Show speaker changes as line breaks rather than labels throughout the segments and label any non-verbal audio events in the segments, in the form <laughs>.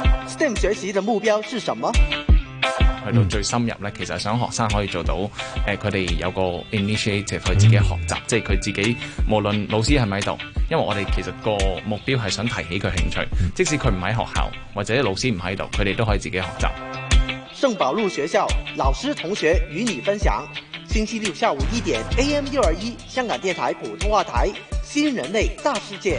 學習的目標是什麼？
去到最深入咧，其實想學生可以做到，
呃
誒佢哋有個 initiative 去自己學習，即係佢自己無論老師係咪喺度，因為我哋其實個目標係想提起佢興趣，即使佢唔喺學校或者老師唔喺度，佢哋都可以自己學習。
聖保祿學校老師同學與你分享，星期六下午一點 AM 六二一香港電台普通話台《新人類大世界》。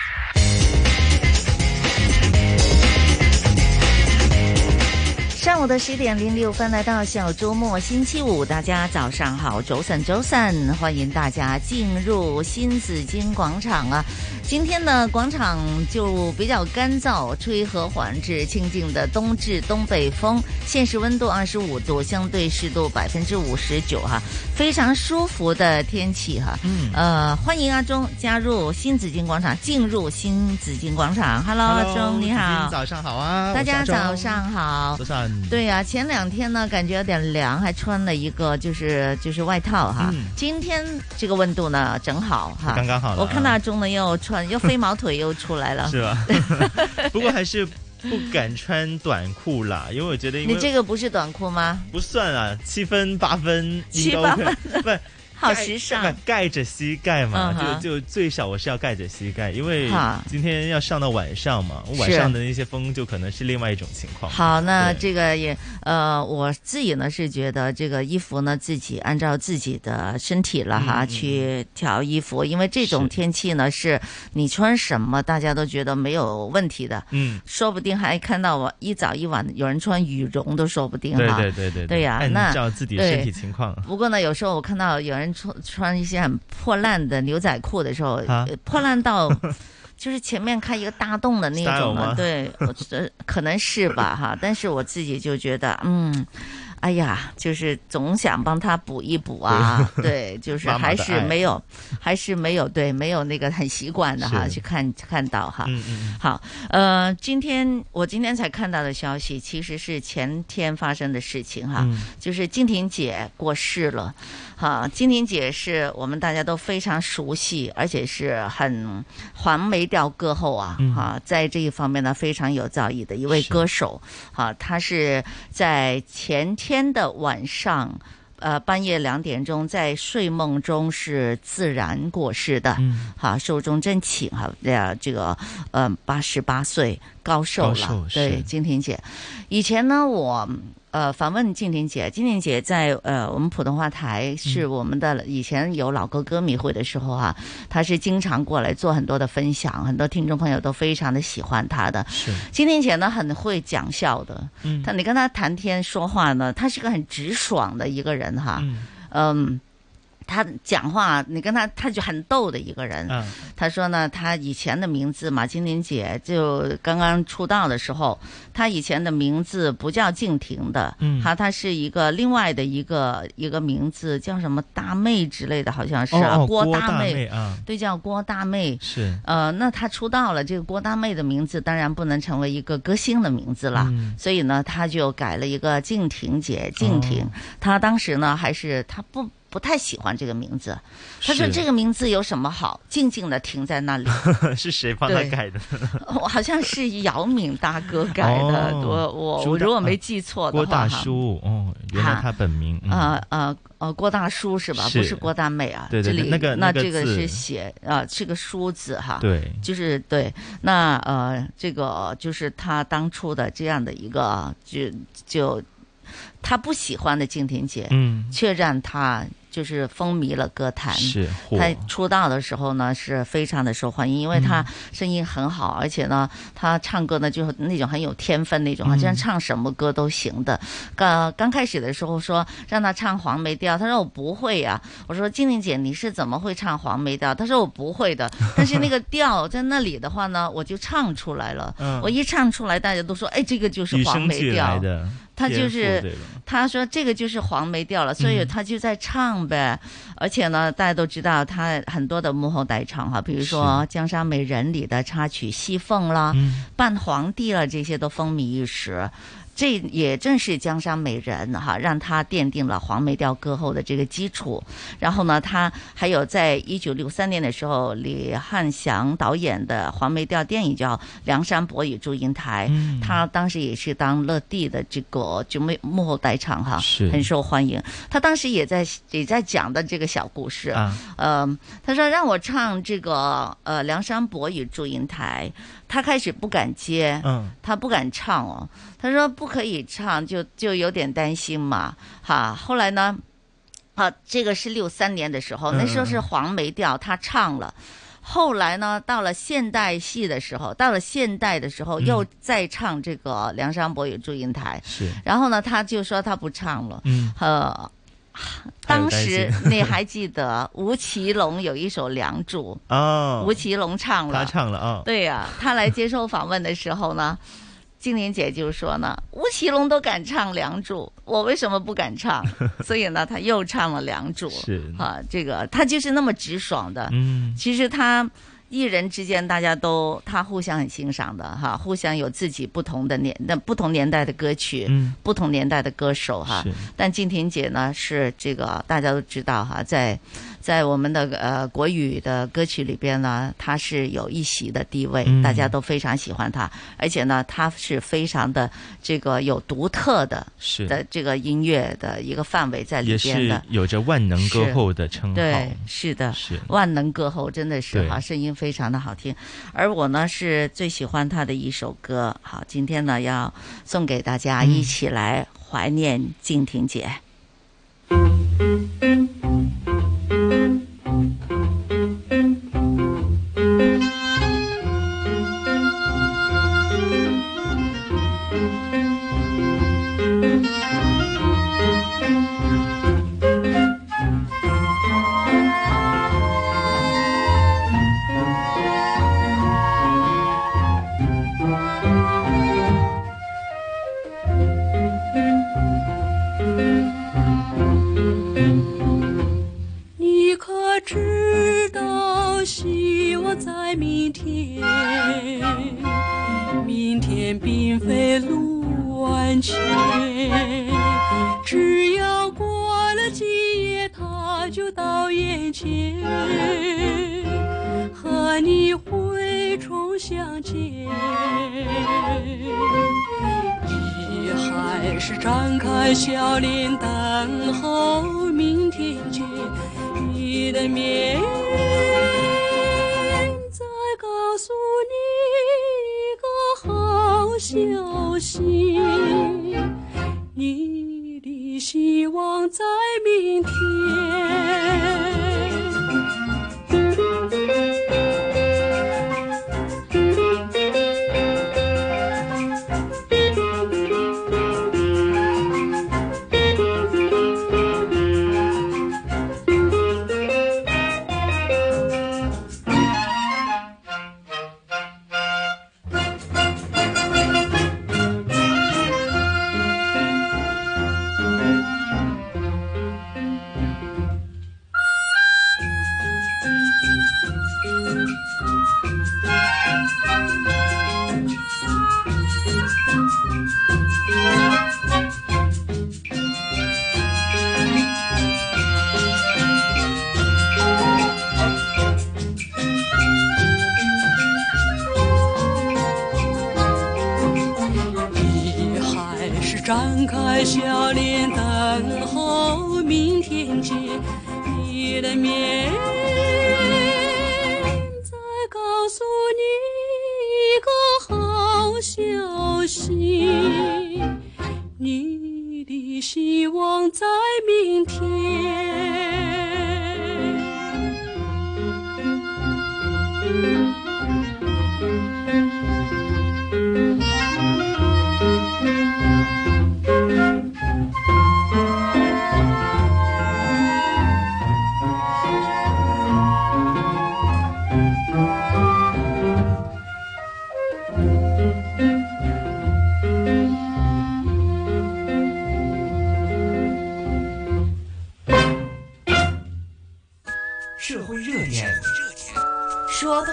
上午的十點零六分，來到小周末星期五，大家早上好，早晨早晨，歡迎大家進入新紫荊廣場啊！今天呢，廣場就比較乾燥，吹和緩至清勁的東至東北風，現時溫度二十五度，相對濕度百分之五十九哈，非常舒服的天氣哈、啊。嗯，呃，歡迎阿鐘加入新紫荊廣場，進入新紫荊廣場。Hello，阿鐘你好，
早上好啊，
大家早上好，
早上。
對呀、啊，前兩天呢感覺有點涼，還穿了一個就是就是外套哈。嗯、今天這個溫度呢正好啊哈，
剛剛好、啊。
我看到中呢又穿又飛毛腿又出 <laughs> 來了，
是吧？不過還是不敢穿短褲啦，因為我覺得因為
你這個不是短褲嗎？
不算啊，七分八分，
<laughs> 七八分
不。
好時尚，
蓋着膝蓋嘛，嗯、就就最少我是要蓋着膝蓋，因為今天要上到晚上嘛，我晚上的那些風就可能是另外一種情況。
好，那這個也呃，我自己呢是覺得這個衣服呢自己按照自己的身體了哈、嗯、去調衣服，因為這種天氣呢是你穿什麼大家都覺得沒有問題的，嗯，說不定還看到我一早一晚有人穿羽絨都說不定
哈，對對對對，
對呀、啊，
按照自己的身體情況。
不過呢，有時候我看到有人。穿穿一些很破爛的牛仔褲的時候，啊、破爛到就是前面開一個大洞的那
<laughs>
種啊，對，我覺得可能是吧哈。但是我自己就覺得，嗯，哎呀，就是總想幫他補一補啊，對，就是還是沒有，媽媽還是沒有，對，沒有那個很習慣的哈，去看看到哈。嗯嗯好，呃，今天我今天才看到的消息，其實是前天發生的事情哈，嗯、就是金婷姐過世了。哈，金婷姐是我們大家都非常熟悉，而且是很黃梅調歌后啊，哈、嗯，在這一方面呢非常有造詣的一位歌手。哈，她是在前天的晚上，呃，半夜兩點鐘在睡夢中是自然過世的。哈、嗯，壽終正寢哈，呃，這個呃八十八歲高壽了。壽對，金婷姐，以前呢我。呃，訪問靜婷姐，靜婷姐在呃我們普通話台是我們的以前有老歌歌迷會的時候啊，她是經常過來做很多的分享，很多聽眾朋友都非常的喜歡她的。
是，
靜婷姐呢很會講笑的，嗯，她你跟她談天說話呢，她是個很直爽的一個人哈，嗯。嗯他講話，你跟他，他就很逗的一個人。嗯、他說呢，他以前的名字嘛，金玲姐就剛剛出道的時候，他以前的名字不叫靜婷的，嗯，他他是一個另外的一個一個名字，叫什麼大妹之類的，好像是啊，
哦哦
郭
大
妹
啊，
對，叫郭大妹。
是，
呃，那他出道了，這個郭大妹的名字當然不能成為一個歌星的名字了，嗯、所以呢，他就改了一個靜婷姐，靜婷。哦、他當時呢，還是他不。不太喜歡這個名字，他說這個名字有什麼好？靜靜的停在
<laughs>
那裡。
<laughs> 是誰幫他改的？
我好像是姚明大哥改的，
哦
我我我如果沒記錯
啊
的話。
郭大叔，哦，原來他本名。嗯
啊啊哦，郭大叔是吧？不是郭大妹啊。
對對對，那個
那這個是寫啊，是個書字哈。
對，
就是對。那呃，這個就是他當初的這樣的一個就就他不喜歡的靜婷姐，嗯，卻讓他。就是風靡了歌壇，
是
他出道的時候呢，是非常的受歡迎，因為他聲音很好，嗯、而且呢，他唱歌呢就是那種很有天分那種，好像唱什麼歌都行的。剛、嗯、剛開始的時候說讓他唱黃梅調，他說我不會呀、啊。我說金玲姐你是怎麼會唱黃梅調？他說我不會的，但是那個調在那裡的話呢，我就唱出來了。嗯、我一唱出來，大家都說哎，這個就是黃梅調。他就是他说这个就是黄梅调了，所以他就在唱呗。嗯、而且呢，大家都知道他很多的幕后代唱哈，比如说《江山美人》里的插曲《西凤》啦，嗯《扮皇帝》了，这些都风靡一时。这也正是《江山美人》哈，让他奠定了黄梅调歌后的这个基础。然后呢，他还有在一九六三年的时候，李翰祥导演的黄梅调电影叫《梁山伯与祝英台》，嗯、他当时也是当乐蒂的这个就幕幕后代唱哈，很受欢迎。他当时也在也在讲的这个小故事，啊、呃，他说让我唱这个呃《梁山伯与祝英台》，他开始不敢接，嗯，他不敢唱哦。他说不可以唱，就就有点担心嘛，哈。后来呢，啊，这个是六三年的时
嗯
候，那时候是黄梅调，他唱了。后来呢，到了现代戏的时候，到了现代的时候，
嗯
又再唱这个《梁山伯与祝英台》。
是。
然后呢，他就说他不唱了。
嗯。
呃，当时你还记得吴奇隆有一首《梁祝》
<laughs> 哦，
吴奇隆唱了。
他唱了啊。
对呀，他来接受访问的时候呢。 <laughs> 金莲姐就说呢，吴奇隆都敢唱《梁祝》，我为什么不敢唱？所以呢，他又唱了《梁祝》。
<laughs> 是
啊，这个他就是那么直爽的。
嗯，
其实他艺人之间大家都他互相很欣赏的哈、啊，互相有自己不同的年、那不同年代的歌曲，
嗯、
不同年代的歌手哈。啊、但金婷姐呢，是这个大家都知道哈、啊，在。在我们的呃国语的歌曲里边呢，他是有一席的地位，
嗯
大家都非常喜欢他，而且呢，他是非常的这个有独特的
是
的这个音乐的一个范围在里边的，
有着万能歌后的称号，
对，是的，
是
万能歌后，真的是哈，声音非常的好听。而我呢是最喜欢他的一首歌，好，今天呢要送给大家，
嗯
一起来怀念静婷姐。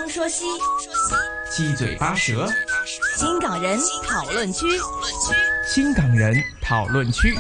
说西，
七嘴八舌；
新港人讨论区，
新港人讨论区。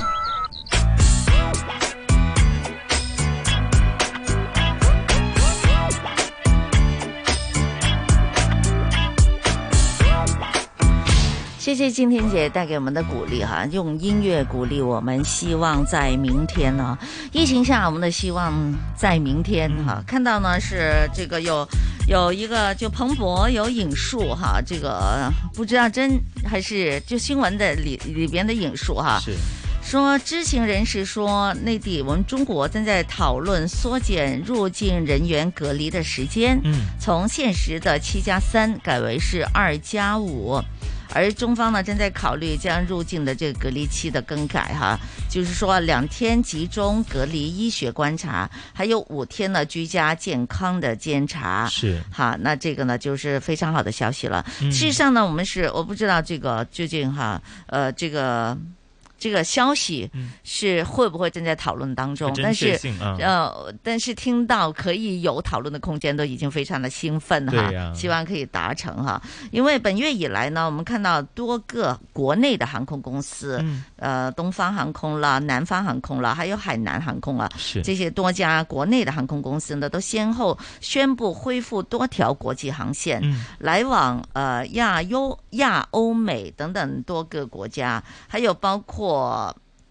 谢谢静婷姐带给我们的鼓励哈，用音乐鼓励我们，希望在明天呢、疫情下我们的希望在明天哈、看到呢是这个有有一个就彭博有引述哈，这个呃不知道真还是就新闻的里里边的引述哈，
是
说知情人士说，内地我们中国正在讨论缩减入境人员隔离的时间，
嗯
从现时的七加三改为是二加五。而中方呢，正在考虑将入境的这个隔离期的更改哈，就是说两天集中隔离医学观察，还有五天呢居家健康的监察。
是
好，那这个呢就是非常好的消息了。
嗯
事实上呢，我们是我不知道这个究竟哈，呃，这个这个消息是会不会正在讨论当中，
嗯真
但
确
是、
性啊
呃，但是听到可以有讨论的空间，都已经非常的兴奋哈，
对呀
希望可以达成哈。因为本月以来呢，我们看到多个国内的航空公司，
嗯
呃，东方航空啦、南方航空啦，还有海南航空啊，
是
这些多家国内的航空公司呢，都先后宣布恢复多条国际航线，
嗯
来往呃亚欧、亚欧美等等多个国家，还有包括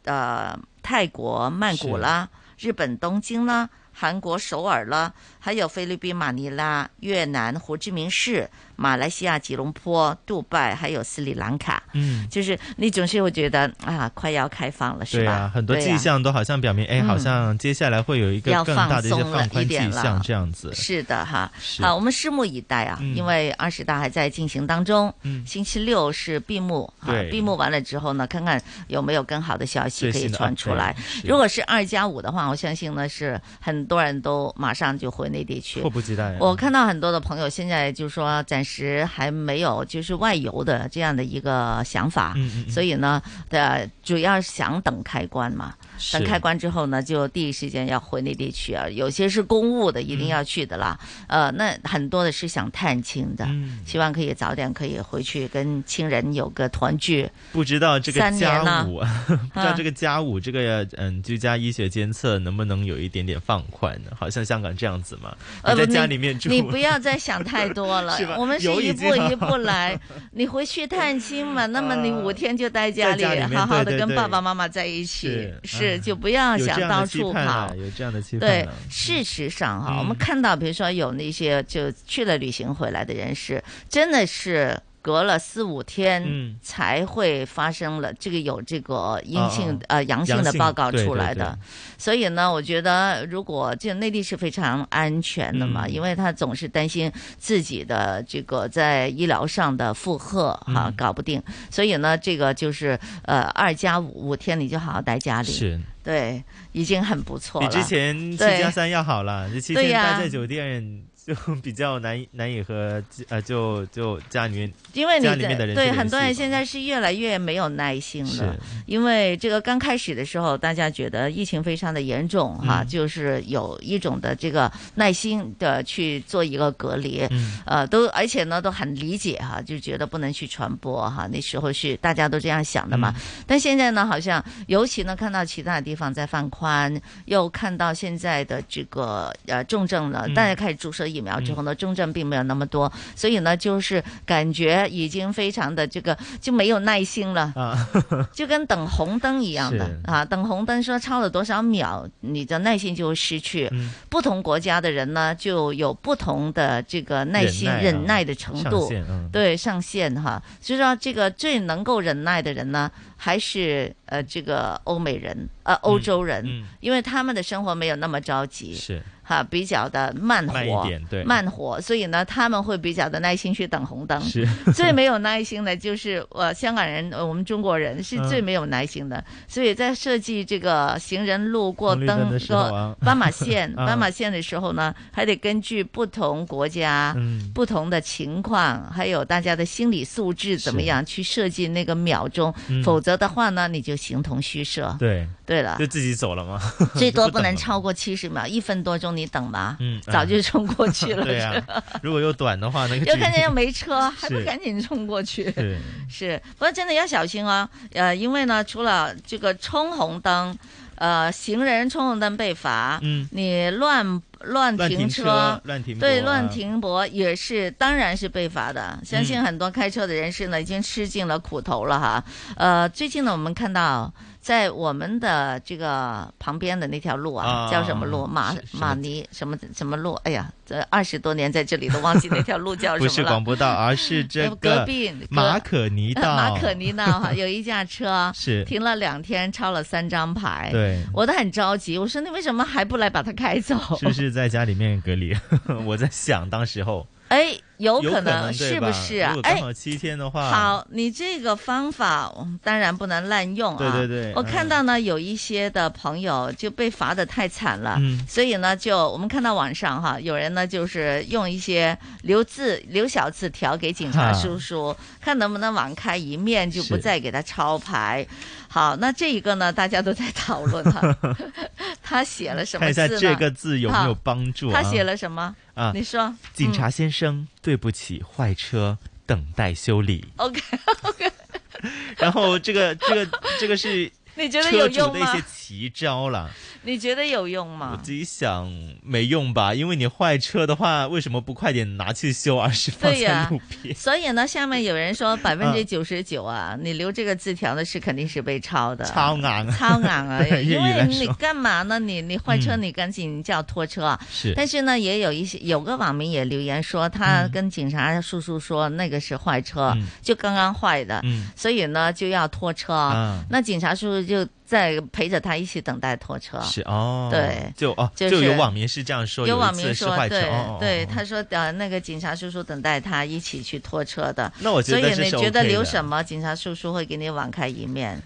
呃泰国曼谷啦、日本东京啦、韩国首尔啦，还有菲律宾马尼拉、越南胡志明市、马来西亚吉隆坡、杜拜，还有斯里兰卡。
嗯，
就是你总是会觉得啊，快要开放了，是
对
吧？
啊，很多
对
迹
啊
象都好像表明，哎，好
嗯
像接下来会有一个
要
更
放
大的一些
松了
放
一
宽迹
点了
象，这样子。
是的哈，
是
好，我们拭目以待啊，
嗯
因为二十大还在进行当中，
嗯
星期六是闭幕，哈
对
闭幕完了之后呢，看看有没有更好的消息
最
可以
新的
传
update，
出来。
是
如果是二加五的话，我相信呢是很多人都马上就回内地去
迫。不及待啊，
我看到很多的朋友现在就说暂时还没有就是外游的这样的一个想法，
嗯嗯嗯
所以呢，呃，主要是想等开关嘛。
是
等开关之后呢，就第一时间要回内地去啊。有些是公务的，一定要去的啦。呃，那很多的是想探亲的，
嗯
希望可以早点可以回去跟亲人有个团聚。
不知道这个
三年
家
了
务， <laughs> 不知道
啊
这个家务这个嗯居家医学监测能不能有一点点放宽呢？好像香港这样子嘛，
呃，
你在
不
家
你
里面住，
你不要再想太多了
<laughs> 是吧。
我们是
有
一
已
步
经好
一步
<laughs>
来，你回去探亲嘛，那么你五天就待家里，
呃在家里面
好好
对
的
对
跟
对
爸爸妈妈在一起，
是啊
就不要
有
想
这样
到
的期
处
盼啊
跑。
有这样的期盼
对
啊，
事实上哈、
嗯
我们看到，比如说有那些就去了旅行回来的人士，真的是隔了四五
嗯
天才会发生了这个有这个阴性、
啊
呃阳性
阳
的
性
报告
对
出
对
来
对
的。所以呢，我觉得如果这内地是非常安全的嘛，
嗯
因为他总是担心自己的这个在医疗上的负荷哈、
嗯
搞不定，所以呢，这个就是呃二加五五天你就好好待家里，
是
对，已经很不错
比
了。
之前七
对
加三要好了，这七
对
天
呀
待在酒店就比较难以难以和呃就就家里面
因为你
家里面的人去
对
联
很多
系
人
吧
现在是越来越没有耐心了
是，
因为这个刚开始的时候，大家觉得疫情非常的严重哈、
嗯
就是有一种的这个耐心的去做一个隔离，
嗯
呃，都而且呢都很理解哈，就觉得不能去传播哈，那时候是大家都这样想的嘛。
嗯
但现在呢，好像尤其呢看到其他地方在放宽，又看到现在的这个呃重症呢
嗯，
大家开始注射疫苗之后呢，重症并没有那么多，所以呢就是感觉已经非常的这个就没有耐心了，
啊，
<laughs> 就跟等红灯一样的
是
啊，等红灯说超了多少秒，你的耐心就会失去。
嗯
不同国家的人呢，就有不同的这个耐心
忍耐啊
忍耐的程
上
度，
线嗯，
对上限哈。所以说，这个最能够忍耐的人呢，还是呃这个欧美人呃欧洲人，
嗯
因为他们的生活没有那么着急
是
哈，比较的慢活。
慢一点对
慢活，所以呢，他们会比较的耐心去等红灯。
是
<laughs> 最没有耐心的就是呃香港人，呃我们中国人是
嗯
最没有耐心的，所以在设计这个行人路过
红绿灯
灯
的时候啊
说斑马线、
<laughs> 啊
斑马线的时候呢，还得根据不同国家。
嗯
不同的情况，还有大家的心理素质怎么样去设计那个秒钟，
嗯
否则的话呢，你就形同虚设。 <laughs>
对，
对了
就，自己走了嘛，
最多
就不等
不能
了
超过七十秒，一分多钟你等吧，
嗯
早就冲过去了。
<laughs>
<laughs>
对啊，如果又短的话，那个
又
距
看见又
离
没车，还不
是
赶紧冲过去？
对
是，不过真的要小心哦。呃，因为呢，除了这个冲红灯，呃，行人冲红灯被罚，
嗯
你乱乱
乱停
车
车、乱停
对，
泊
乱
啊
停泊也是，当然是被罚的。相信
嗯
很多开车的人士呢，已经吃尽了苦头了哈。呃，最近呢，我们看到。在我们的这个旁边的那条路啊，
啊
叫什么路？马
是什么
马尼什么什么路？哎呀，这二十多年在这里都忘记那
<laughs>
条路叫什么了。
不是广播道，而是这
要不
个
隔壁隔
马可尼道，
<laughs> 马可尼道哈，有一架
<laughs>
车
是
停了两天，超了三张牌。，
对。
我都很着急，我说你为什么还不来把它开走？
是不是在家里面隔离？ <laughs> 我在想，当时候
<laughs> 哎，有
有
可
能对
是不
吧
是啊
如果？刚
哎。
好七天的话，
好，你这个方法嗯当然不能滥用啊。
对对对
我看到呢有一些的朋友就被罚的太惨了，
嗯
所以呢就我们看到网上哈，有人呢就是用一些留字留小字条给警察
哈
叔叔，看能不能网开一面，就不
是
再给他抄牌。好，那这一个呢，大家都在讨论
<laughs>
哈，他写了什
看
么
一
字
下这
呢？
个字有没有
好
帮助、啊？
他写了什么？
啊
你，说，嗯
警察先生，对不起，坏车等待修
<laughs>
理。
OK，
然后这个这个这个是
<laughs> 你觉得有
车主
用
的一
吗啊
些？奇招啦。
你觉得有用
我
吗？
自己想没用吧，因为你坏车的话，为什么不快点拿去修，而是放
对呀
在路边？
所以呢，下面有
<laughs>
人说百分之九十九啊，你留这个字条的是肯定是被抄的，
超硬嗯啊！
抄硬啊，
对
因
<laughs> 粤语
为
来
你
说
干嘛呢？你你坏车，
嗯
你赶紧叫拖车啊。
是
但是呢，也有一些有个网民也留言说，他跟警察叔叔说那个是坏车，
嗯
就刚刚坏的，
嗯
所以呢就要拖车。
啊，
那警察叔叔就在陪着他一起等待拖车。
是哦，
对
就哦，
就
就是有网民是这样说，
有
一
网
次
民
是
说
坏，车
对
哦哦
对，
哦
他说呃，那个警察叔叔等待他一起去拖车的，
那我觉
所
得
以
这
你
是
觉得
OK 的
留什？么？警察叔叔会给你网开一面，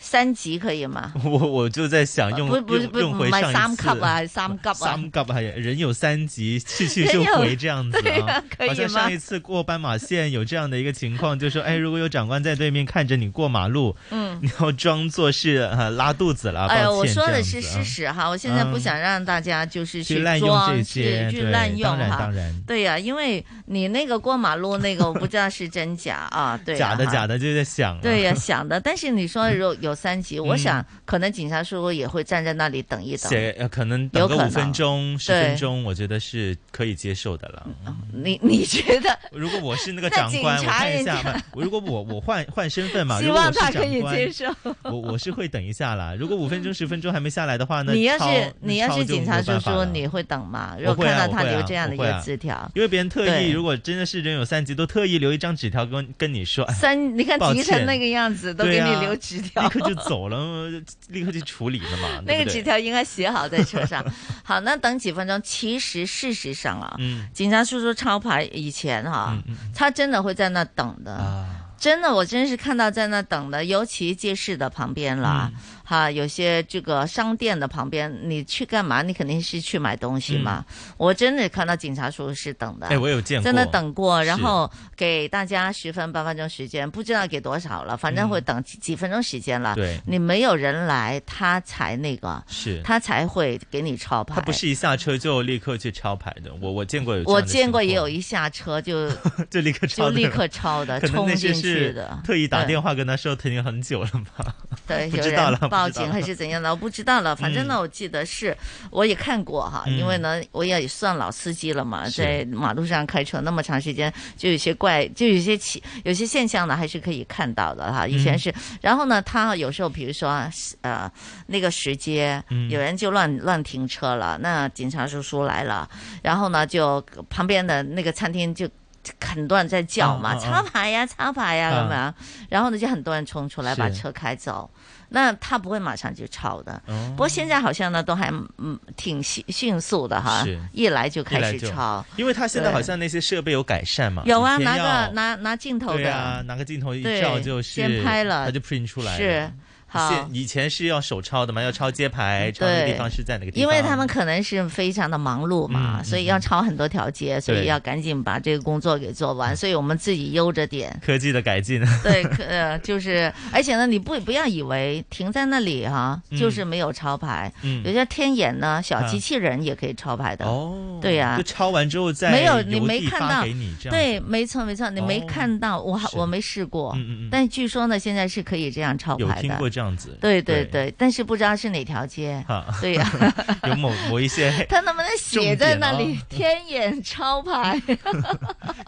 三级可以吗？
我我就在想用
不不
用
不，
用
唔
回
系
上
三
一
级
次 <laughs>
啊，三级啊
三。级啊，人有三急，去去
人
就
有
回这样子
对
啊
啊。可以
好像
吗
上一次过斑马线有这样的一个情况，就说哎，如果有长官在对面看着你过马路，
嗯，
你要装作是呃拉肚子了。
哎呀，
抱
我
歉
说
这
的
样
是
子啊
事实哈，我现在不
嗯
想让大家就是
去滥用
装
这
去
些，
去
对
滥用
当然
哈
当。然。
对呀，因为你那个过马路那个，我不知道是真假啊，对，
假的
的。
假的就在想啊，
对呀、想的。但是你说有有三级，我
嗯
想可能警察叔叔也会站在那里等一等。
写呃可能等
有
个
可
五分
能
钟十
对
分钟，我觉得是可以接受的了。啊
你你觉得
<laughs> 如果我是
<laughs>
那个
那
长
警
官，我
察
看一
人
下
家
吧。我如果我我换换身份 <laughs> 嘛，
希
如果
望
我是
他可
长
以接
官，
受？ <laughs>
我我是会等一下啦。如果五分钟十分钟还没下来的
<laughs>
话，那
你要
抄
是你要
抄
是
就
警
没
察
有
叔
办法
叔，
了
你会等吗？如
我
果
会
看
啊我
到他
会
留
啊
这样的
我会
一个
啊
字条，
因为别人特
对
意，如果真的是人有三急，都特意留一张纸条跟跟你说，哎，
三你看
抱
急成
歉
那个样子，都
对
给你
啊
留纸条
立。刻就走了，立刻就处理了
<laughs>
嘛。
那
对
个
不对
纸，条应该写好在车上。好，那等几分钟。其实事实上啊，
嗯
警察叔叔抄牌以前哈、
嗯嗯
他真的会在那等的。
啊，
真的，我真是看到在那等的，尤其街市的旁边啦，
嗯
哈，有些这个商店的旁边，你去干嘛？你肯定是去买东西嘛。我真的看到警察叔叔是等的，
嗯哎，我有见过，
在那等过，然
是
后给大家十分八分钟时间，不知道给多少了，反
嗯
正会等几几分钟时间了。
对
你没有人来，他才那个，
是。
他才会给你抄牌。
他不是一下车就立刻去抄牌的，我我见过有这样
我
的
见过
情
也有
况
一下车就
<laughs> 就立刻抄的，
就立刻抄的，
可能
冲
那些
进去
是
的。
特意打
对
电话跟他说停很久了吧？
对，
不
有
知道
人
了不
报
知道
警
了
还是怎样的，我不知道了。反正呢，
嗯
我记得是我也看过哈，因为
嗯
呢，我也算老司机了嘛，
是
在马路上开车那么长时间，就有些怪，就有些奇，有些现象呢，还是可以看到的哈。以前
嗯
是，然后呢，他有时候比如说呃那个石阶，
嗯
有人就乱乱停车了，那警察叔叔来了，然后呢，就旁边的那个餐厅就。很多人在叫嘛，
啊啊
插
啊
牌呀，插牌呀，
啊
咁样，然后呢，就很多人冲出来把
是
车开走。那他不会马上就抄的。
哦
不过现在好像呢，都还嗯挺迅迅速的哈
是，
啊一来就
一
开
来
始
就
抄。
因为他现在
对
好像那些设备有改善嘛，
有啊，
以前
拿
要
个拿拿镜头
对
的，
啊，拿个镜头一
对
照就是
先拍了
他就 print 出来了
是。好嗯
现，以前是要手抄的嘛，要抄街牌，抄那个
对，
地方是在哪个地
因
方？
为他们可能是非常的忙碌嘛，
嗯嗯。
所以要抄很多条街，所以要赶紧把这个工作给做完。所以我们自己悠着点
科技的改进，
<laughs> 对，可呃就是，而且呢，你不不要以为停在那里哈、啊
嗯
就是没有抄牌。
嗯
有些天眼呢，小
啊
机器人也可以抄牌的。
哦，
对呀
就抄完之后再
没有你
邮
没
递
看
发
到
给你这样子，
对，没错没错，你没
哦
看到，我还
是
我没试过，
嗯嗯嗯
但据说呢，现在是可以这样抄
有
牌
听过
的。
这样子，
对
对，
对对，但是不知道是哪条街。
哈，
对呀、
<laughs> 有某某一些
<laughs> 他能不能写在那
重
里
<laughs> 点啊
“天眼抄牌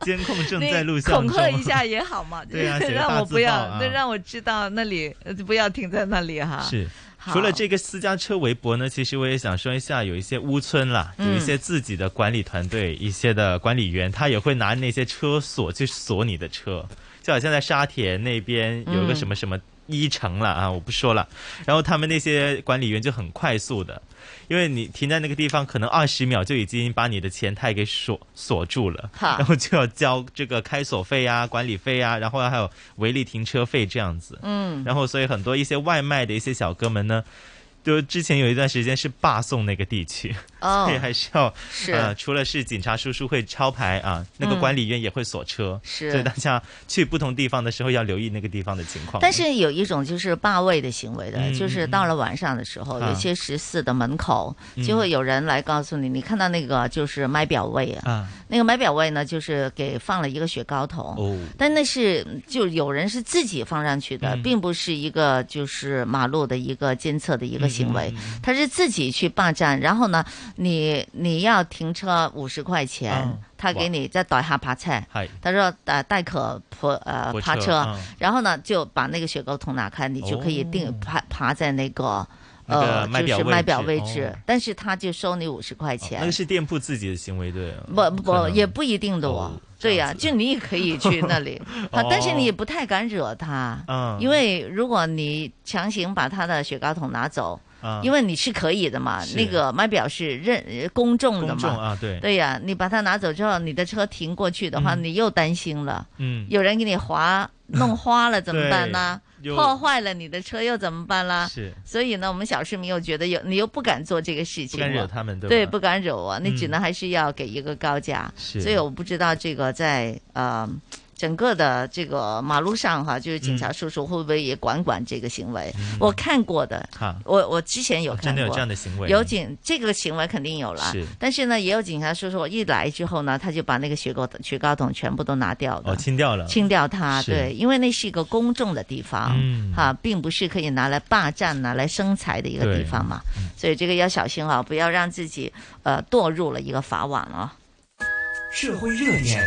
监控”？正
你
在录像
恐
中， <laughs>
吓一下也好嘛，
对
<laughs>
啊写个
让
大
我
字
不要，
报啊
那让我知道那里呃不要停在那里哈。
是。
啊好，
除了这个私家车围脖呢，其实我也想说一下，有一些屋村啦，有
嗯
一些自己的管理团队，一些的管理员，他也会拿那些车锁去锁你的车，就好像在沙田那边有一个
嗯
什么什么一城了啊，我不说了。然后他们那些管理员就很快速的，因为你停在那个地方，可能二十秒就已经把你的钱袋给锁锁住了，
哈
然后就要交这个开锁费啊、管理费啊，然后还有违例停车费这样子。
嗯，
然后所以很多一些外卖的一些小哥们呢，就之前有一段时间是霸送那个地区，
哦
<laughs> 所以，还是要呃，
是
除了是警察叔叔会抄牌啊，那个
嗯
管理员也会锁车，
是
所以大家去不同地方的时候要留意那个地方的情况。
但是有一种就是霸位的行为的，
嗯嗯
就是到了晚上的时候，
嗯嗯
有些十四的门口、就会有人来告诉你，你看到那个就是买表位啊，
啊
那个买表位呢就是给放了一个雪糕筒。
哦，
但那是嗯就有人是自己放上去的，
嗯
并不是一个就是马路的一个监测的一个行
嗯
为，他是自己去霸占。然后呢，你你要停车五十块钱，
啊
他给你再倒一下扒菜，
嗨，
他说呃带可婆呃
泊
爬
车
车，
啊
然后呢就把那个雪糕筒拿开，你就可以定
哦
爬爬在那个。
那个
呃，
卖
就
表
是
位
卖表
置
位
哦
置，但是他就收你五十块
哦
钱、
那个是店铺自己的行为对啊，
不
可
不
能
也不一定的哦
哦，
对呀、
这样子，
就你也可以去那里
<laughs>
啊，但是你
哦
也不太敢惹他，
嗯
因为如果你强行把他的雪糕筒拿走，
啊，
因为你是可以的嘛，
是
那个卖表是认呃公众的
公众
嘛，
啊，对，
对呀、你把它拿走之后，你的车停过去的话，
嗯
你又担心了，
嗯，
有人给你划弄花了怎么办呢？
又
破坏了你的车又怎么办啦？
是
所以呢，我们小市民又觉得有你又不敢做这个事
不
情了，
敢惹他们，
对，
对吧？
不敢惹我，你只
嗯
能还是要给一个高价。
是
所以我不知道这个在呃整个的这个马路上哈，就是警察叔叔会不会也管管这个行为？我看过的，
哈，
我我之前有看
嗯真的
过。
有这样的行为，
有警这个行为肯定有啦，
是
但是呢，也有警察叔叔一来之后呢，他就把那个雪糕雪糕筒全部都拿掉的，
哦，清掉了，
清掉它，
是
对，因为那是一个公众的地方，
嗯
哈，并不是可以拿来霸占、拿来生财的一个
对嗯
地方嘛，所以这个要小心啊，不要让自己呃堕入了一个法网啊。
社会热点，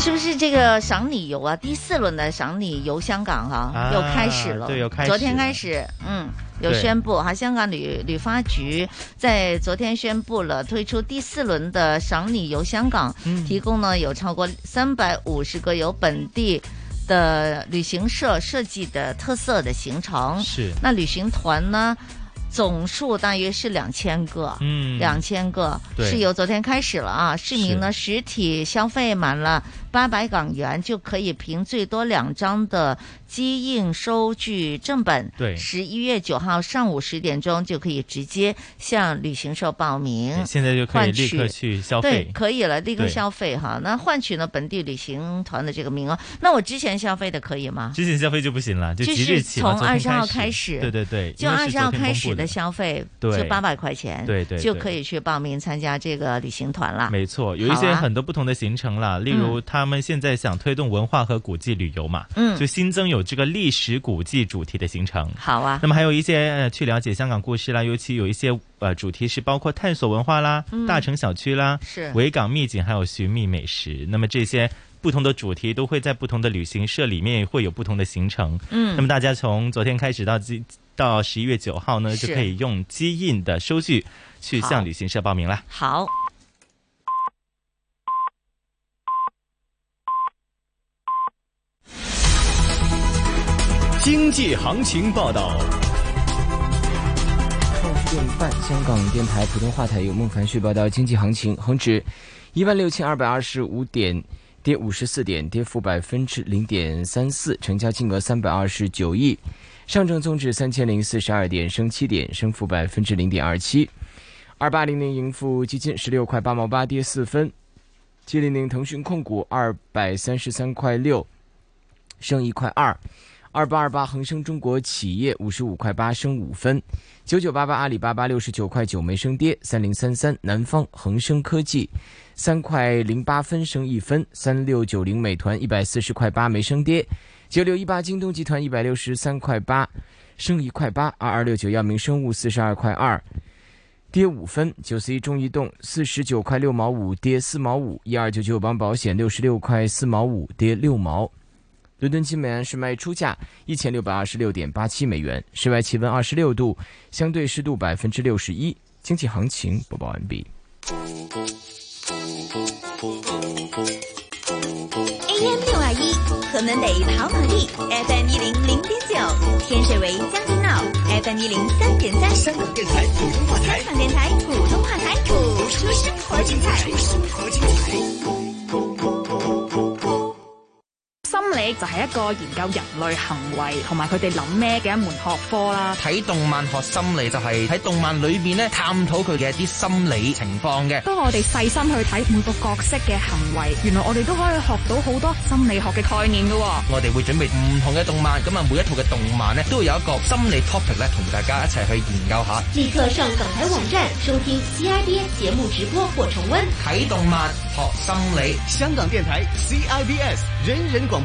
是不是这个赏你游啊？第四轮的赏你游香港哈、
啊
又开始了，
对又开始了
昨天开始，嗯，有
对
宣布哈，香港旅旅发局在昨天宣布了推出第四轮的赏你游香港，
嗯
提供呢有超过三百五十个由本地的旅行社设计的特色的行程，
是，
那旅行团呢总数大约是两千个，
嗯，
两千个，
对
是由昨天开始了啊！市民呢，实体消费满了八百港元就可以凭最多两张的机印收据正本。
对
十一月九号上午十点钟就可以直接向旅行社报名
对。现在就可以
换
立刻
取
去消
嗯对
费，，
可以了，立刻
对
消费哈。那换取呢本地旅行团的这个名额，那我之前消费的可以吗？
之前消费就不行了，就
啊就
即
是
日起嘛，
从
昨天
20号
开
开始
对对对，
就
因为
二
是
十
昨
号
天
开
公布
始的消费，
对
就八百块钱，
对对
就
对
可以去报名参加这个旅行团了。
没错，有一
好
些
啊嗯
很多不同的行程啦，例如他们现在想推动文化和古迹旅游嘛，
嗯
就新增有这个历史古迹主题的行程。
好啊，
那么还有一些呃，去了解香港故事啦，尤其有一些呃主题是包括探索文化啦、大城小区啦、
嗯是
维港秘境，还有寻觅美食。那么这些不同的主题都会在不同的旅行社里面会有不同的行程。
嗯
那么大家从昨天开始到今到十一月九号呢，
是
就可以用机印的收据去
好
向旅行社报名啦。
好。
经济行情报道。
报市电办，香港电台普通话台有孟凡旭报道经济行情，恒指一万六千二百二十五点。跌五十四点，跌幅百分之零点三四，成交金额三百二十九亿。上证综指三千零四十二点，升七点，升幅百分之零点二七。二八零零盈富基金十六块八毛八，跌四分。七零零腾讯控股二百三十三块六，升一块二。二八二八恒生中国企业五十五块八，升五分。九九八八阿里巴巴六十九块九，没升跌。三零三三南方恒生科技。三块零八分升一分，三六九零美团一百四十块八没升跌，九六一八京东集团一百六十三块八升一块八，二二六九药明生物四十二块二跌五分，九四一中移动四十九块六毛五跌四毛五，一二九九邦保险六十六块四毛五跌六毛。伦敦金美安市卖出价一千六百二十六点八七美元，室外气温二十六度，相对湿度百分之六十一。经济行情播报完毕。
AM 六二一，河门北跑马地；FM 一零零点九，天水围将军澳；FM 一零三点三，香港电台普通话台。香港电台普通话台，播出生活精彩。生活精彩。
心理就係一個研究人類行為同埋佢哋諗咩嘅一門學科啦。
睇動漫學心理就係喺動漫裏邊咧探討佢嘅一啲心理情況嘅。
當我哋細心去睇每個角色嘅行為，原來我哋都可以學到好多心理學嘅概念嘅喎。
我哋會準備唔同嘅動漫，咁啊每一套嘅動漫咧都會有一個心理 topic 咧同大家一齊去研究下。
立刻上港台網站收聽 CIBS 節目直播或重溫。
睇動漫學心理，
香港電台 CIBS 人人廣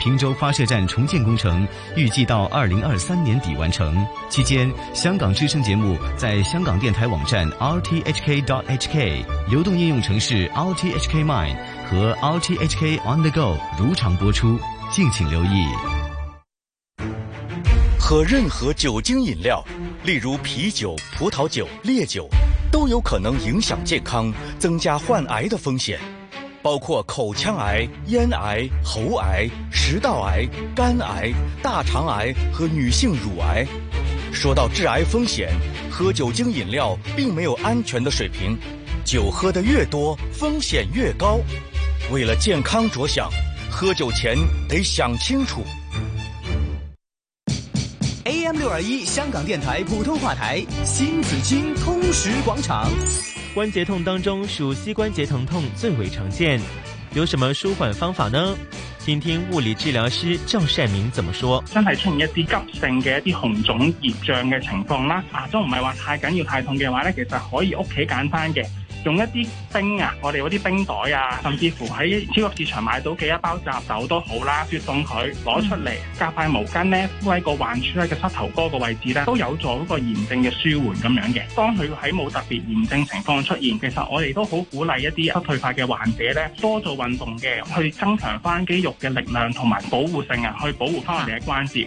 平洲发射站重建工程预计到二零二三年底完成。期间，香港之声节目在香港电台网站 rthk.hk、流动应用程式 rthk Mind 和 rthk On the Go 如常播出，敬请留意。
喝任何酒精饮料，例如啤酒、葡萄酒、烈酒，都有可能影响健康，增加患癌的风险。包括口腔癌、咽癌、喉癌、食道癌、肝癌、大肠癌和女性乳癌。说到致癌风险，喝酒精饮料并没有安全的水平，酒喝得越多，风险越高。为了健康着想，喝酒前得想清楚。
AM 六二一香港电台普通话台新紫金通识广场。
关节痛当中，属膝关节疼痛最为常见，有什么舒缓方法呢？听听物理治疗师赵善明怎么说。
真係出現一啲急性嘅一啲紅腫熱脹嘅情況啦，啊都唔係話太緊要太痛嘅話咧，其實可以屋企簡單嘅。用一啲冰啊，我哋嗰啲冰袋啊，甚至乎喺超級市場買到嘅一包雜豆都好啦，雪凍佢攞出嚟，夾塊毛巾咧敷喺個患處喺個膝頭哥個位置咧，都有助嗰個炎症嘅舒緩咁樣嘅。當佢喺冇特別炎症情況出現，其實我哋都好鼓勵一啲膝退化嘅患者咧，多做運動嘅，去增強翻肌肉嘅力量同埋保護性啊，去保護翻我哋嘅關節。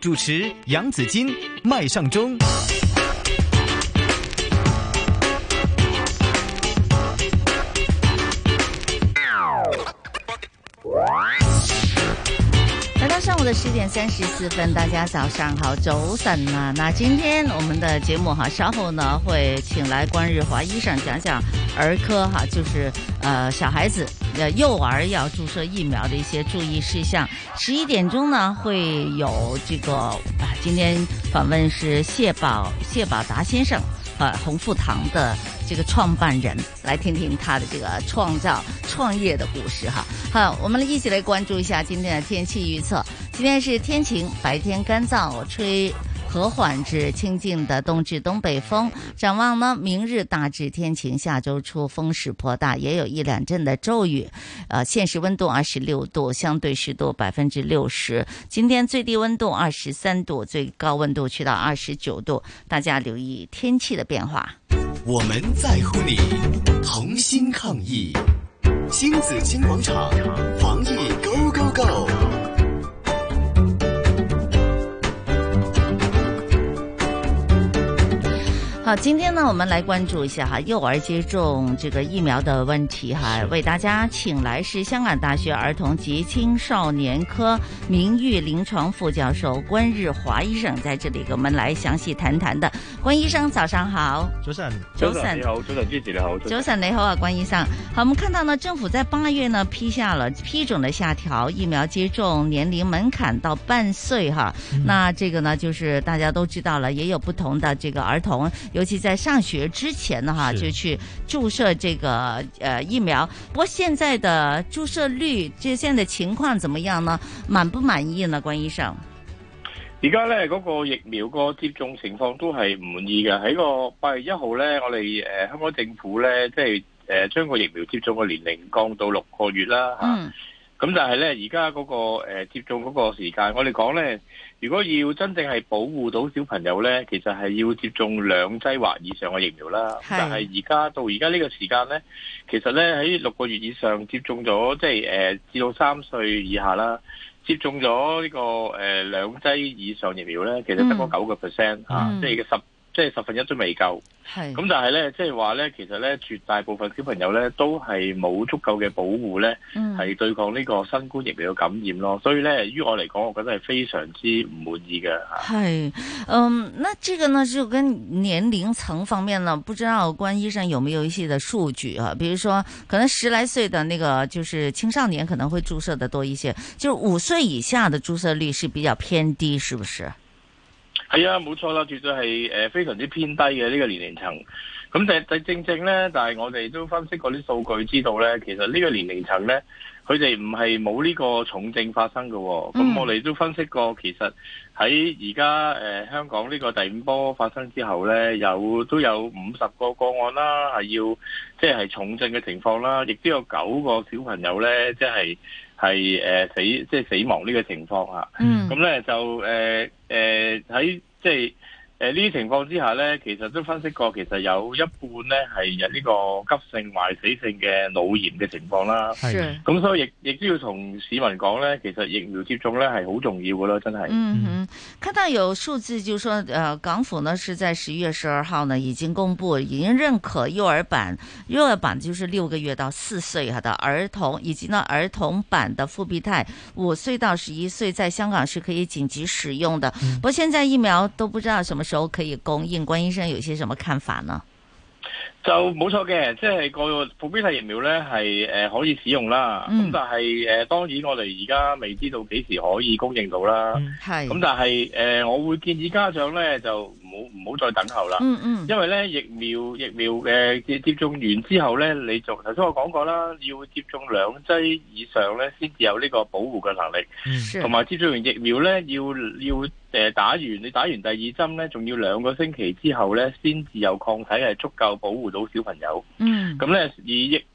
主持杨紫金、麦尚中。
来到上午的十点三十四分，大家早上好，周三呐。那今天我们的节目哈，稍后呢会请来关日华医生讲讲儿科哈，就是呃小孩子呃幼儿要注射疫苗的一些注意事项。十一点钟呢呃会有这个啊，今天访问是谢宝谢宝达先生。呃红富堂的这个创办人，来听听他的这个创造创业的故事哈。好，我们一起来关注一下今天的天气预测。今天是天晴，白天干燥，吹。和缓至清劲的东至东北风。展望呢，明日大致天晴，下周初风势颇大，也有一两阵的骤雨。呃，现实温度二十六度，相对湿度百分之六十。今天最低温度二十三度，最高温度去到二十九度，大家留意天气的变化。
我们在乎你，同心抗疫。新紫金广场，防疫 Go Go Go！
好，今天呢，我们来关注一下哈幼儿接种这个疫苗的问题哈。为大家请来是香港大学儿童及青少年科名誉临床副教授关日华医生在这里跟我们来详细谈谈的。关医生，早上好。
早晨，
早晨
你好，早晨 Gigi 你好，
早晨你好啊，关医生。好，我们看到呢，政府在八月呢批下了批准了下调疫苗接种年龄门槛到半岁哈。那这个呢，就是大家都知道了，也有不同的这个儿童，尤其在上学之前呢哈，
是
就去注射这个呃疫苗。不过现在的注射率，这现在的情况怎么样呢？满不满意呢，关医生？
而家咧嗰個疫苗個接種情況都係唔滿意嘅。喺個八月一號咧，我哋誒、呃香港政府咧，即係誒、呃、將個疫苗接種嘅年齡降到六個月啦嚇。
嗯
咁但係咧，而家嗰個、呃、接種嗰個時間，我哋講咧，如果要真正係保護到小朋友咧，其實係要接種兩劑或以上嘅疫苗啦。但係而家到而家呢個時間咧，其實咧喺六個月以上接種咗，即係誒、呃至到三歲以下啦，接種咗呢、個誒、呃、兩劑以上疫苗咧，其實得嗰九個 percent 嚇，
嗯
即係嘅十即係十分一都未夠。
係
咁但係咧，即係話咧，其實咧，絕大部分小朋友咧都係冇足夠嘅保護咧，
嗯
係、對抗呢個新冠疫苗嘅感染咯。所以咧，於我嚟講，我覺得係非常之唔滿意嘅嚇。
嗨，嗯，那这个呢，就跟年龄层方面呢，不知道关医生有没有一些的数据啊？比如说，可能十来岁的那个就是青少年可能会注射的多一些，就是五岁以下的注射率是比较偏低，是不是？
係啊，冇錯啦，絕對係誒、呃非常之偏低嘅呢、個年齡層。咁但但正正咧，但係我哋都分析過啲數據，知道咧，其實呢個年齡層咧，佢哋唔係冇呢個重症發生嘅、喎。咁、
嗯
我哋都分析過，其實喺而家誒呃香港呢個第五波發生之後咧，有都有五十個個案啦，係要即係重症嘅情況啦，亦都有九個小朋友咧，即係係誒呃死即係死亡呢個情況嚇。
嗯
咁咧就誒誒喺即係誒呢啲情況之下咧，其實都分析過，其實有一半咧係有呢個急性壞死性嘅腦炎嘅情況啦。
是
咁所以亦亦都要同市民講咧，其實疫苗接種咧係好重要噶咯，真係。
嗯哼，看到有数字就说，呃，港府呢是在十一月十二号呢已经公布，已经认可幼儿版，幼儿版就是六个月到四岁哈的儿童，以及呢儿童版的复必泰，五岁到十一岁在香港是可以紧急使用的。不过现在疫苗都不知道什么时候可以供应，关医生有些什么看法呢？
就冇錯嘅，即係個復必泰疫苗咧係誒可以使用啦。咁、
嗯
但係誒、呃、當然我哋而家未知道幾時可以供應到啦。
係
咁但係誒、呃我會建議家長咧就唔好唔好再等候啦。
嗯嗯
因為咧疫苗疫苗嘅接接種完之後咧，你就頭先我講過啦，要接種兩劑以上咧先至有呢個保護嘅能力。
嗯
是
同埋接種完疫苗咧，要要誒、呃打完，你打完第二針咧，仲要兩個星期之後咧，先至有抗體係足夠保護到小朋友。
嗯
咁咧，而疫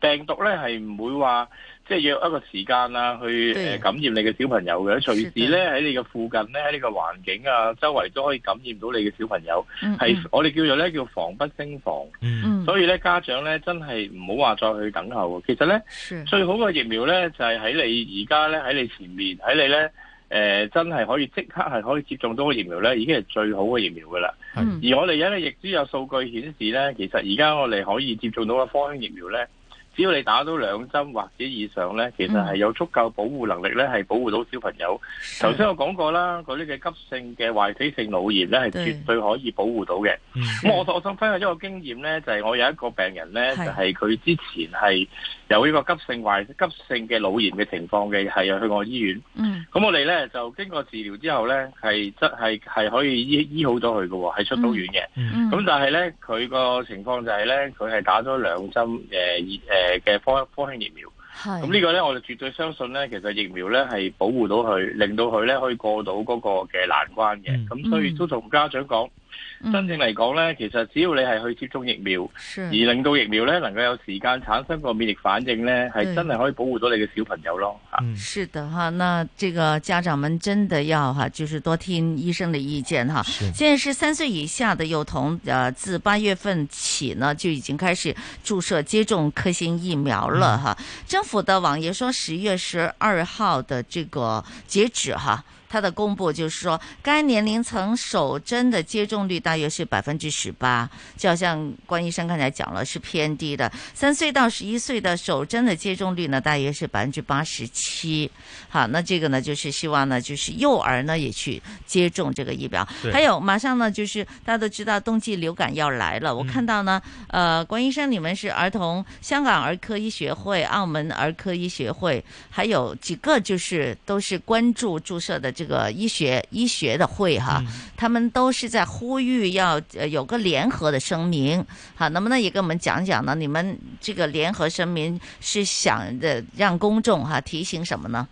而病毒咧係唔會話即係約一個時間啊，去
對
誒感染你嘅小朋友嘅，隨時咧喺你嘅附近咧，喺你嘅環境啊，周圍都可以感染到你嘅小朋友。
嗯
係
嗯
我哋叫做咧叫防不勝防。
嗯
所以咧家長咧真係唔好話再去等候喎。其實咧
是
最好嘅疫苗咧就係、喺你而家咧喺你前面喺你咧。誒、真係可以即刻係可以接種到嘅疫苗咧，已經係最好嘅疫苗噶啦。
嗯
而我哋而家咧亦都有數據顯示咧，其實而家我哋可以接種到嘅科興疫苗咧，只要你打到兩針或者以上咧，其實係有足夠保護能力咧，係保護到小朋友。頭先我講過啦，嗰啲嘅急性嘅壞死性腦炎咧，係
對
絕對可以保護到嘅。咁我我想分享一個經驗咧，就係、我有一個病人咧，就
係
係佢之前係有呢個急性壞急性嘅腦炎嘅情況嘅，係去過醫院。
嗯
咁我哋咧就經過治療之後咧，係真係係可以醫醫好咗佢嘅喎，係出到院嘅。咁、
嗯嗯
但係咧，佢個情況就係咧，佢係打咗兩針誒誒嘅科科興疫苗。
係
咁呢個咧，我哋絕對相信咧，其實疫苗咧係保護到佢，令到佢咧可以過到嗰個嘅難關嘅。
嗯
咁、所以都同家長講，真正嚟講咧，其實只要你係去接種疫苗，
是
而令到疫苗咧能夠有時間產生個免疫反應咧，係
對
真係可以保護到你嘅小朋友咯。
啊是的哈，那这个家长们真的要哈，就是多听医生的意见哈。现在是三岁以下的幼童，呃，自八月份起呢就已经开始注射接种科兴疫苗了哈。政府的网页说十月十二号的这个截止哈。它的公布就是说，该年龄层首针的接种率大约是百分之十八，就好像关医生刚才讲了，是偏低的。三岁到十一岁的首针的接种率呢，大约是百分之八十七。好，那这个呢，就是希望呢，就是幼儿呢也去接种这个疫苗
对。
还有，马上呢，就是大家都知道冬季流感要来了，我看到呢，呃，关医生，你们是儿童香港儿科医学会、澳门儿科医学会，还有几个就是都是关注注射的这个医学医学的会哈，他们都是在呼吁要呃有个联合的声明，好，能不能也跟我们讲讲呢？你们这个联合声明是想的让公众哈提醒什么呢？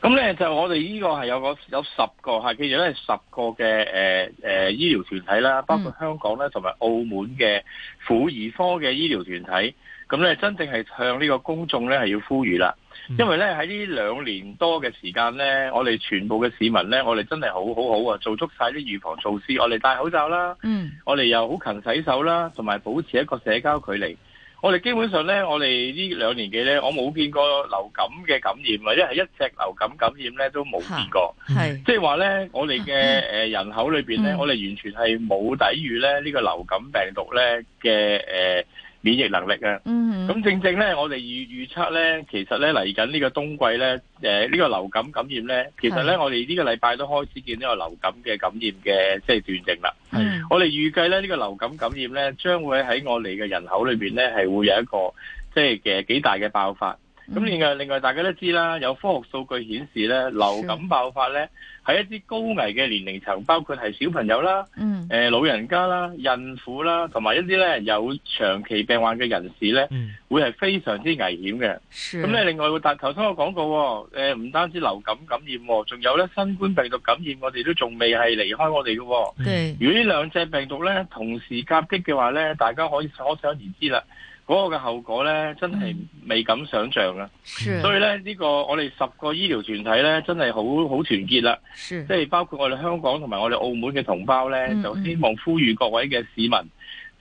咁咧就我哋呢個係有個有十個係，其實咧十個嘅誒誒醫療團體啦，包括香港咧同埋澳門嘅婦兒科嘅醫療團體，咁咧真正係向呢個公眾咧係要呼籲啦。因為咧喺呢兩年多嘅時間咧，我哋全部嘅市民咧，我哋真係好好好啊，做足晒啲預防措施，我哋戴口罩啦，
嗯
我哋又好勤洗手啦，同埋保持一個社交距離。我哋基本上咧，我哋呢兩年幾咧，我冇見過流感嘅感染，或者係一隻流感感染咧都冇見過。
係
即係話咧，
<laughs>
我哋嘅誒人口裏邊
嗯
咧，我哋完全係冇抵禦咧呢個流感病毒咧嘅誒免疫能力啊。
嗯
咁正正咧，我哋預預測咧，其實咧嚟緊呢個冬季咧，誒、呢、個流感感染咧，其實咧
係
我哋呢個禮拜都開始見呢個流感嘅感染嘅即係斷症啦。
嗯
我哋預計咧呢、呢個流感感染咧，將會喺我哋嘅人口裏邊咧係會有一個即係嘅幾大嘅爆發。
嗯
咁另外另外大家都知啦，有科學數據顯示咧，流感爆發咧喺一啲高危嘅年齡層，包括係小朋友啦。
嗯
誒、老人家啦、孕婦啦，同埋一啲咧有長期病患嘅人士咧，會係非常之危險嘅。
嗯是
咁咧，另外，但頭先我講過喎、誒唔、單止流感感染喎、仲有咧新冠病毒感染，我哋都仲未係離開我哋嘅、喎。
對
嗯如果呢兩隻病毒咧同時夾擊嘅話咧，大家可以可想而知啦。嗰個嘅後果咧，真係未敢想像啊！
嗯是
所以咧，呢、個我哋十個醫療團體咧，真係好好團結啦。
是
即係包括我哋香港同埋我哋澳門嘅同胞咧，
嗯
就希望呼籲各位嘅市民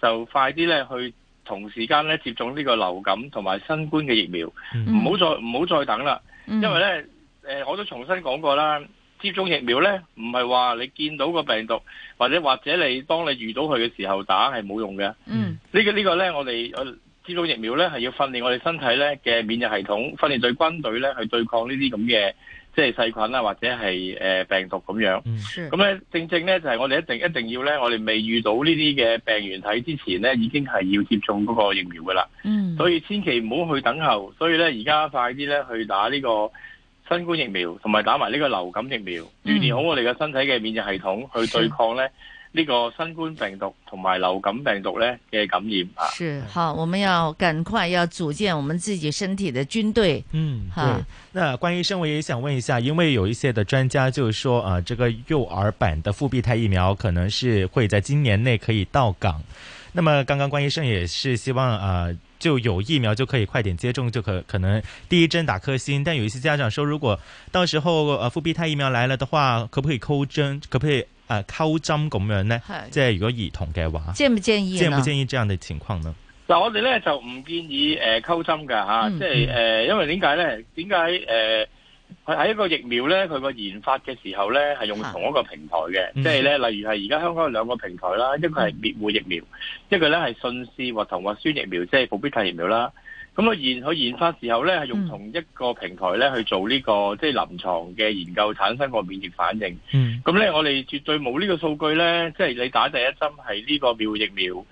就快啲咧去同時間咧接種呢個流感同埋新冠嘅疫苗，唔好、再唔好再等啦，
嗯
因為咧誒、呃我都重新講過啦。接種疫苗咧，唔係話你見到個病毒，或者或者你當你遇到佢嘅時候打係冇用嘅。
嗯，
呢、個呢個咧，我哋我接種疫苗咧係要訓練我哋身體咧嘅免疫系統，訓練對軍隊咧去對抗呢啲咁嘅即係細菌啦，啊或者係誒、呃病毒咁樣。
是
咁咧，正正咧就係、我哋一定一定要咧，我哋未遇到呢啲嘅病原體之前咧，已經係要接種嗰個疫苗噶啦。
嗯
所以千祈唔好去等候。所以咧，而家快啲咧去打呢個新冠疫苗，同埋打埋呢個流感疫苗，鍛鍊好我哋嘅身體嘅免疫系統，去對抗咧呢個新冠病毒同埋流感病毒咧嘅感染啊！
是好，我们要赶快要组建我们自己身体的军队。
嗯，
哈
对，。那关医生，我也想问一下，因为有一些的专家就是说，啊，这个幼儿版的复必泰疫苗可能是会在今年内可以到港。那么刚刚关医生也是希望啊。就有疫苗就可以快点接种，就可可能第一针打科兴，但有一些家长说，如果到时候呃复必泰疫苗来了的话，可不可以扣针？可不可以呃扣针咁樣呢
係？
即係如果兒童嘅話，
建不建議呢
建不建議這樣的情況呢？
嗱，我哋咧就唔建議誒、呃、溝針㗎嚇，
嗯
即係誒、呃因為點解咧？點解誒佢喺一個疫苗咧，佢個研發嘅時候咧係用
啊
同一個平台嘅，
嗯
即係咧，例如係而家香港有兩個平台啦，一個係滅活疫苗，一個咧係信使核糖核酸疫苗，即係復必泰疫苗啦。咁佢研佢研發時候咧，係
嗯
用同一個平台咧去做呢、個即係臨床嘅研究，產生個免疫反應。
嗯
咁咧，我哋絕對冇呢個數據咧，即係你打第一針係呢個苗疫苗，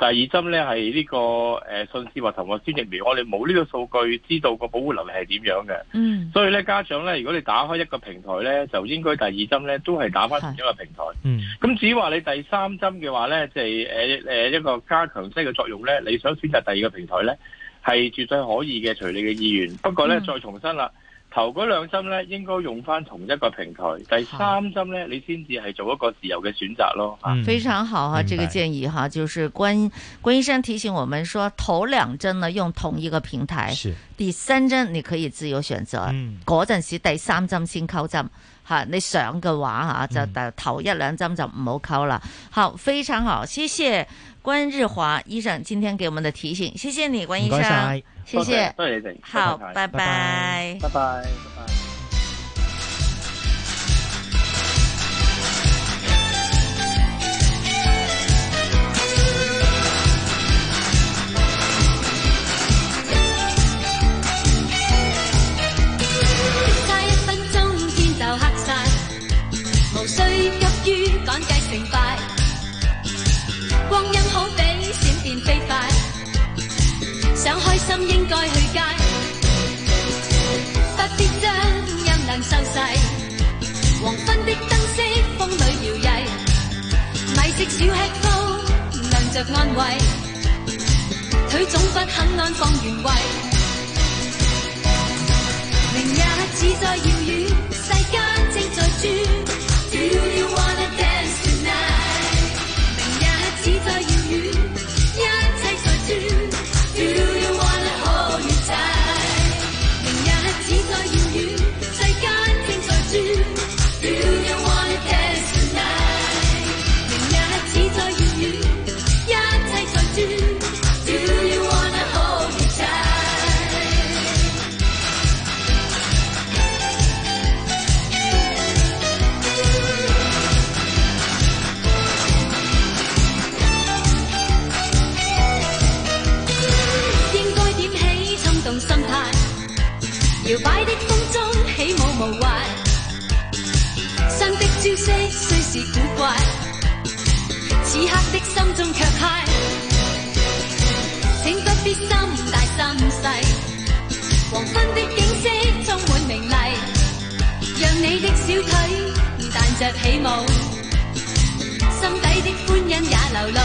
第二針咧係呢個誒信使核糖核酸疫苗，我哋冇呢個數據知道個保護能力係點樣嘅。
嗯
所以咧，家長咧，如果你打開一個平台咧，就應該第二針咧都係打翻同一個平台。
嗯，
咁至於話你第三針嘅話咧，就係誒誒一個加強劑嘅作用咧，你想選擇第二個平台咧，係絕對可以嘅，隨你嘅意願。不過咧，
嗯
再重申啦，頭嗰兩針咧應該用翻同一個平台，第三針咧你先至係做一個自由嘅選擇咯。啊
非常好哈，
明白
这个建议哈，就是关关医生提醒我们说，头两针呢用同一个平台，
是
第三针你可以自由选择
嗯，
嗰阵、时第三针先沟针。哈，你想嘅话吓就
嗯
头一两针就唔好沟啦。好，非常好，谢谢关日华医生今天给我们的提醒，谢谢你关医
唔該
生
晒，
谢谢，
多謝你哋
好，
多謝
拜
拜
拜
拜，拜拜，拜拜。
差一分鐘天就黑晒，無需急於趕計成敗。光陰好比閃電飛快，想開心應該去街，不必將音量收細。黃昏的燈飾風裏搖曳，米色小吃鋪亮着安慰，佢總不肯安放原位。明日似在遙遠，世間正在轉。Do you wanna dance tonight？明日似在遙遠，一切在轉。Do you wanna hold me tight？明日似在遙遠，世間正在轉。Do you wanna dance tonight？明日似在遙遠，一切在轉。Do you wanna hold me tight？應該點起衝動心態，搖擺的風中起舞無壞，新的招式雖是古怪，此刻的心中卻嗨。請不必心大心細，黃昏的景色充滿明麗，讓你的小腿彈着起舞，心底的歡欣也流露。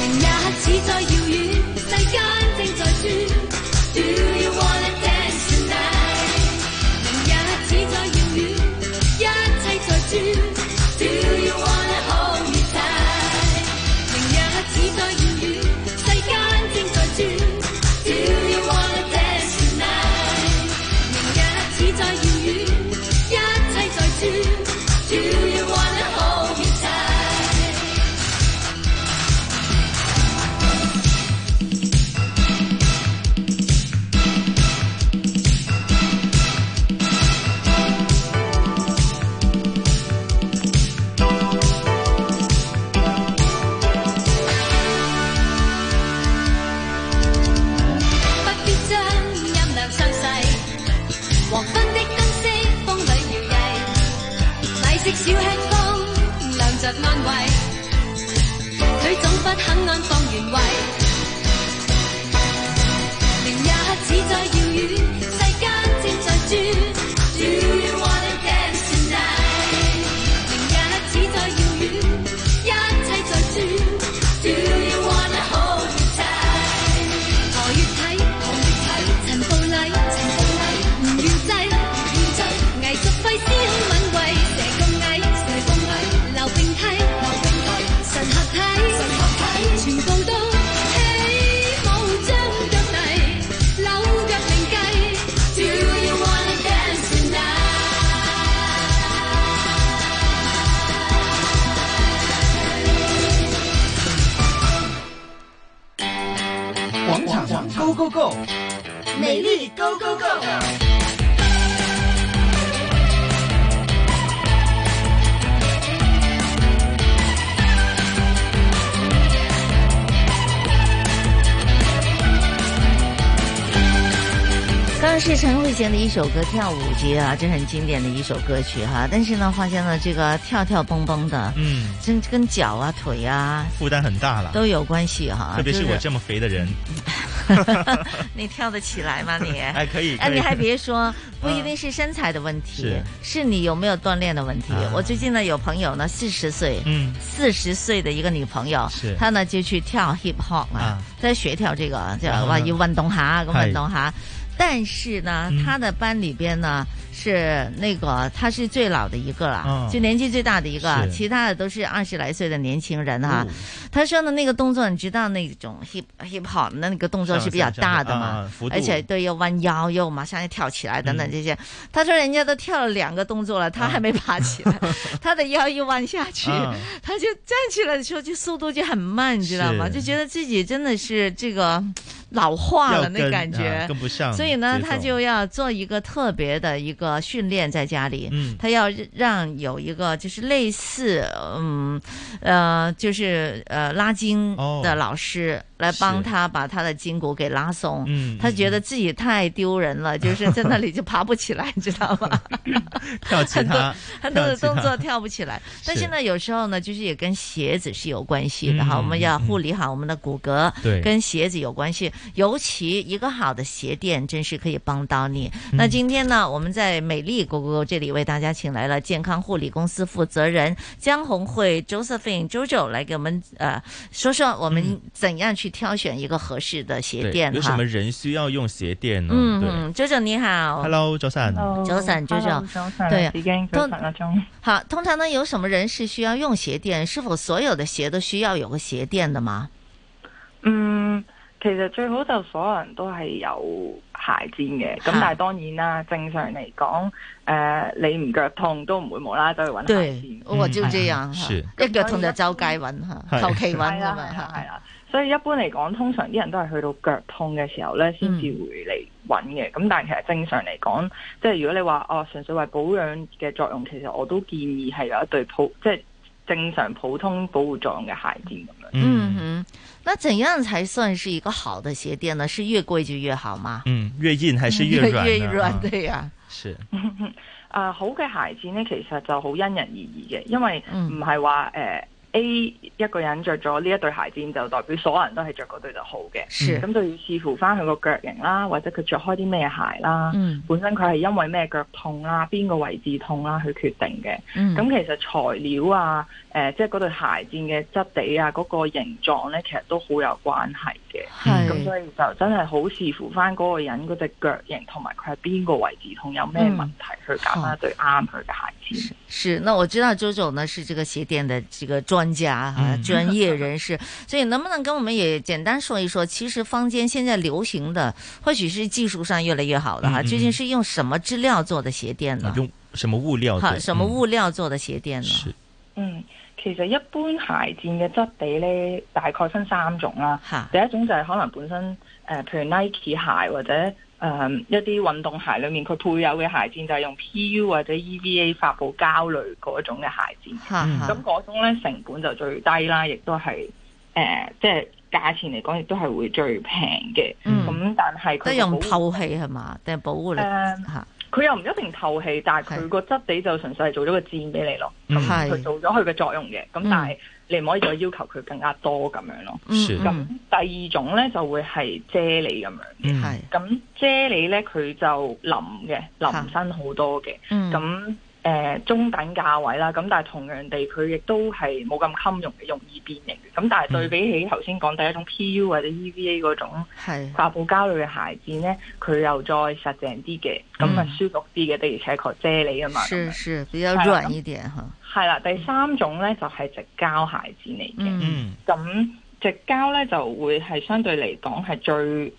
明日似在遙遠，世間正在轉。Do you wanna dance tonight？明日似在遙遠，一切在轉。Do you wanna hold me tight？明日似在遙遠，世間正在轉。Do you wanna dance tonight？明日似在遙遠，一切在轉。Do you wanna hold me tight？不必將音量收細，黃昏的燈飾風裏搖曳，米色小吃風亮着安慰，佢總不肯安放原位。明日似在遙遠，世間正在轉。Do you wanna dance tonight？明日似在遙遠，一切在轉。Do you wanna hold me tight？我越睇，我越睇，陳布禮，陳布禮，唔要制，唔要制，藝術揮師好敏慧，蛇咁矮，蛇咁矮，溜冰梯，溜冰梯，神合體，神合體，全部都起舞將腳底，扭腳定計，Do you wanna dance tonight？
广场 Go Go Go，
美丽 Go Go Go。
天
是陈慧娴的一首歌《跳舞机》啊，这很经典的一首歌曲哈、但是呢，发现了这个跳跳蹦蹦的，
嗯，
真跟脚啊、腿啊
负担很大了，
都有关系哈、
特别是
就
我这么肥的人，
<laughs> 你跳得起
<laughs>
来吗你？
哎，可以，
哎，
可以嗯
你还
<laughs>
别说，不一定是身材的问题，是你有没有锻炼的问题。
啊
我最近呢有朋友呢四十岁，
嗯
四十岁的一个女朋友
是，
她呢就去跳 hip hop
啊，
啊她学跳这个，就
然後
話
呢
要運動下，咁
係
運動下。但是呢，
嗯
她的班里边呢是那个她是最老的一个了，
哦
嗯
就年纪最大的一个，
是
其他的都是二十来岁的年轻人
哦
哈。她说的那个动作，你知道那种 hip hip hop 那个动作是比较大的
上上上
嘛
啊，幅度嗯
而且对，又弯腰，又马上要跳起来等等这些。他说人家都跳了两个动作了，他还没爬起
<laughs>
来，他的腰一弯下去，
啊
他就站起来的时候就速度就很慢，你知道吗？
是
就觉得自己真的是这个老化了
要
那
跟
感觉、
啊跟不上
所以呢，
节奏
他就要做一个特别的一个训练在家里，
嗯
他要让有一个就是类似嗯呃就是呃拉筋
哦
的老师来帮
是
他把他的筋骨给拉松，
嗯
他觉得自己太丢人了，就是在那里就爬不起来，你知道吗？
<laughs> 跳其
很多
他，
<laughs> 很多的
跳
动
其他
作跳不
<laughs>
起来。但是呢，有时候呢，就是也跟鞋子是有关系的哈。
嗯
我们要护理好我们的骨骼，
嗯
对
跟鞋子有关系。尤其一个好的鞋垫，真是可以帮到你。
嗯
那今天呢，我们在美丽 Go Go Go 这里为大家请来了健康护理公司负责人江红慧 Josephine JoJo 来给我们呃说说我们怎样去挑选一个合适的
嗯
鞋
对
垫，
有什
哈
么。人需要用鞋垫呢？
嗯
对
嗯，JoJo 你好
Hello，早晨。
早晨，早
Hello，
晨，
早晨
对啊
子矜，早晨阿
通好，通常呢，有什么人是需要用鞋垫？是否所有的鞋都需要有个鞋垫的吗？
嗯，其實最好就所有人都係有鞋墊嘅，
嚇
咁但係當然啦，正常嚟講，誒、你唔腳痛都唔會無啦啦走去揾鞋墊。
嗯我就這樣哈
係啊，
一腳痛就周街揾哈，
係
求其揾
係
咁
啊
嘛
哈。所以一般嚟講，通常啲人都係去到腳痛嘅時候咧，先至會嚟揾嘅。咁、但係其實正常嚟講，即係如果你話哦，純粹為保養嘅作用，其實我都建議係有一對普即係正常普通保護作用嘅鞋墊咁樣。
嗯哼，那怎样才算是一个好的鞋垫呢？是越贵就越好吗？
嗯，越硬还是越软呢？
越软
啊
对呀。
是，
啊，好嘅鞋墊咧，其實就好因人而異嘅，因為
嗯
唔係話誒 A 一個人着咗呢一對鞋墊就代表所有人都係着嗰對就好嘅，
是
咁就要視乎翻佢個腳型啦，或者佢着開啲咩鞋啦，
嗯
本身佢係因為咩腳痛啦，邊個位置痛啦去決定嘅。咁、
嗯
其實材料啊，誒、即係嗰對鞋墊嘅質地啊，嗰、個形狀咧，其實都好有關係嘅。
係
咁所以就真係好視乎翻嗰個人嗰隻腳型同埋佢係邊個位置痛，有咩
嗯
問題去揀
哦
翻對啱佢嘅鞋墊。
是，那我知道周总呢是这个鞋垫的这个专家哈、
嗯
专业人士， <laughs> 所以能不能跟我们也简单说一说，其实坊间现在流行的，或许是技术上越来越好了哈，
嗯嗯啊
究竟是用什么质料做的鞋垫呢？
用什么物料？嗯
好，
对
什么物料做的鞋垫呢？
嗯，其實一般鞋墊嘅質地咧，大概分三種啦
嚇。
第一種就係可能本身誒、呃譬如 Nike 鞋或者誒、呃一啲運動鞋裡面佢配有嘅鞋墊就係用 PU 或者 EVA 發泡膠類嗰種嘅鞋墊。
嚇嚇
咁嗰種咧成本就最低啦，亦都係誒即係價錢嚟講，亦都係會最平嘅。咁、但係佢
都
嘅
嗯用
保護
透氣係嘛？定係保護力
誒
嚇？
佢又唔一定透氣，但係佢個質地就純粹係做咗個墊俾你咯。
嗯
咁
係
佢做咗佢嘅作用嘅，咁但係你唔可以再要求佢更加多咁樣咯。
嗯
咁第二種咧就會係啫喱咁樣。
係
咁啫喱咧佢就腍嘅，腍身好多嘅。
嗯
咁誒、中等價位啦，咁但係同樣地佢亦都係冇咁襟用嘅，容易變形嘅。咁但係對比起頭先講第一種 PU 或者 EVA 嗰種。
係
發泡膠類嘅鞋墊咧，佢又再實淨啲嘅，咁咪舒服啲嘅，的而且確啫喱啊嘛。咁
嗯是
樣
是比較軟一點哈。
係啦，第三種咧就係直膠鞋墊嚟嘅。
嗯
咁直膠咧就會係相對嚟講係最硬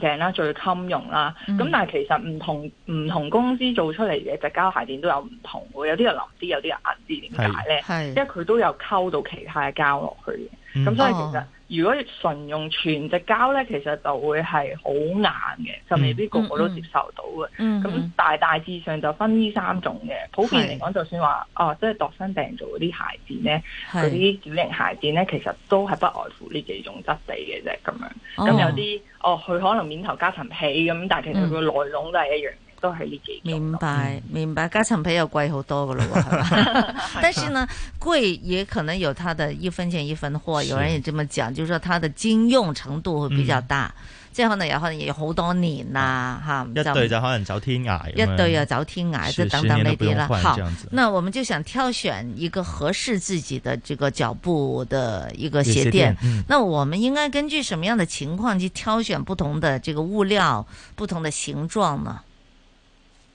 淨啦，最襟用啦。
嗯
咁、但係其實唔同唔同公司做出嚟嘅直膠鞋墊都有唔同喎，有啲又腍啲，有啲又硬啲。點解咧？
係係
因為佢都有溝到其他嘅膠落去嘅。
嗯
咁所以
哦
其實如果純用全隻膠咧，其實就會係好硬嘅，就未必個個都接受到嘅。咁、
嗯嗯
大大致上就分呢三種嘅，普遍嚟講，就算話哦，即係度身訂造嗰啲鞋墊咧，
係
嗰啲小型鞋墊咧，其實都係不外乎呢幾種質地嘅啫，咁樣。
哦
咁有啲哦，佢可能面頭加層皮咁，但係其實佢
嗯
個內籠都係一樣嘅，都係呢幾
明
嗯
白明白，加層皮又貴好多噶咯喎，
<laughs>
係
啊
吧？但是呢，貴也可能有它的一分錢一分貨，有人也這麼講，就是說它的經用程度會比較大，即係可能有可能有好多年啦，哈，
嗯一對就可能走天涯咁樣，
一對又走天涯，
是
就等等
十年
那
都不
啲
用
啦。
換
好
這樣子，
那我們就想挑選一個合適自己的這個腳步的一个鞋
鞋
墊
墊。嗯
那我們應該根據什麼樣的情況去挑選不同的這個物料、不同的形狀呢？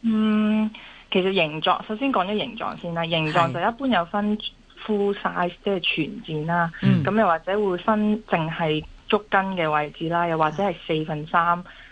嗯，其實形狀，首先講咗形狀先啦。形狀就一般有分 full size，即係全墊啦。
嗯
咁又、或者會分淨係足跟嘅位置啦，又或者係四分三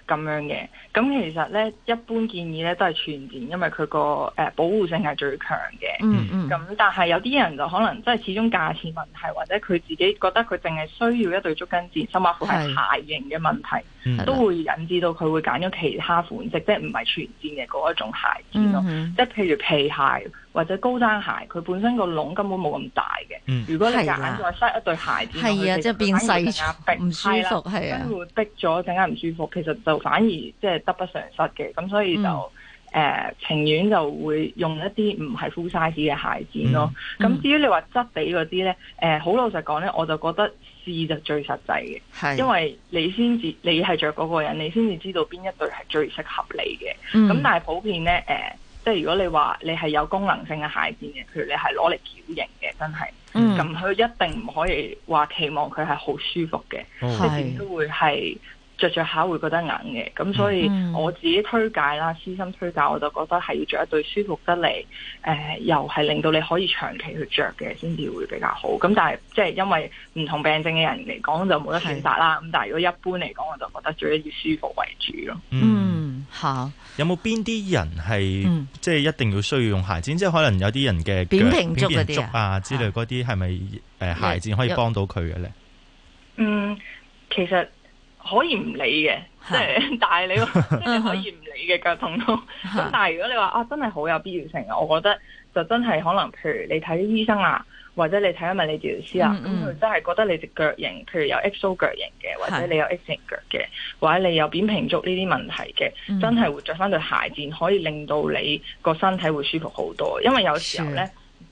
咁樣嘅。咁其實咧，一般建議咧都係全墊，因為佢個誒保護性係最強嘅。
嗯嗯
咁但係有啲人就可能真係始終價錢問題，或者佢自己覺得佢淨係需要一對足跟墊，甚至乎係鞋型嘅問題，
嗯
都會引致到佢會揀咗其他款式，即係唔係全墊嘅嗰一種鞋墊咯。
嗯哼
即係譬如皮鞋或者高踭鞋，佢本身個窿根本冇咁大嘅。
嗯
如果你
係
夾
啦
硬再塞一對鞋墊落去，
啊係啊
其實
即係變
反而會
細咗
更加逼
唔舒服
係啦
係啊
跟住會逼咗，更加唔舒服。其實就反而即係得不償失嘅。咁所以就。
嗯
誒、情願就會用一啲唔係 full size 嘅鞋墊咯。咁、
嗯
至於你話質地嗰啲咧，誒、好老實講咧，我就覺得試就最實際嘅，
係
因為你先至你係着嗰個人，你先至知道邊一對係最適合你嘅。
嗯
咁、但係普遍咧，誒、即係如果你話你係有功能性嘅鞋墊嘅，譬如你係攞嚟矯形嘅，真係。
嗯
咁佢、一定唔可以話期望佢係好舒服嘅，
哦
即係點都會係着着下會覺得硬嘅。咁所以
嗯
我自己推介啦，私心推介我就覺得係要着一對舒服得嚟，誒、又係令到你可以長期去着嘅先至會比較好。咁但係即係因為唔同病症嘅人嚟講就冇得選擇啦。咁但係如果一般嚟講，我就覺得最緊要舒服為主咯。
嗯，好，
有冇邊啲人係、
嗯
即係一定要需要用鞋墊？即係可能有啲人嘅
扁
腳
平足嗰啲啊
扁
啊
平足啊之類嗰啲，係咪誒鞋墊可以
有
幫到佢嘅咧？
嗯，其實可以唔理嘅，即
<laughs>
係但係你話即係你可以唔理嘅腳痛都。咁但係如果你話啊，真係好有必要性啊，我覺得就真係可能，譬如你睇醫生啊，或者你睇下物理治療師啊，咁
嗯嗯
佢、真係覺得你隻腳型，譬如有 XO 腳型嘅，或者
係
你有 X 型腳嘅，或者你有扁平足呢啲問題嘅，
嗯
真係會着翻對鞋墊可以令到你個身體會舒服好多，因為有時候咧。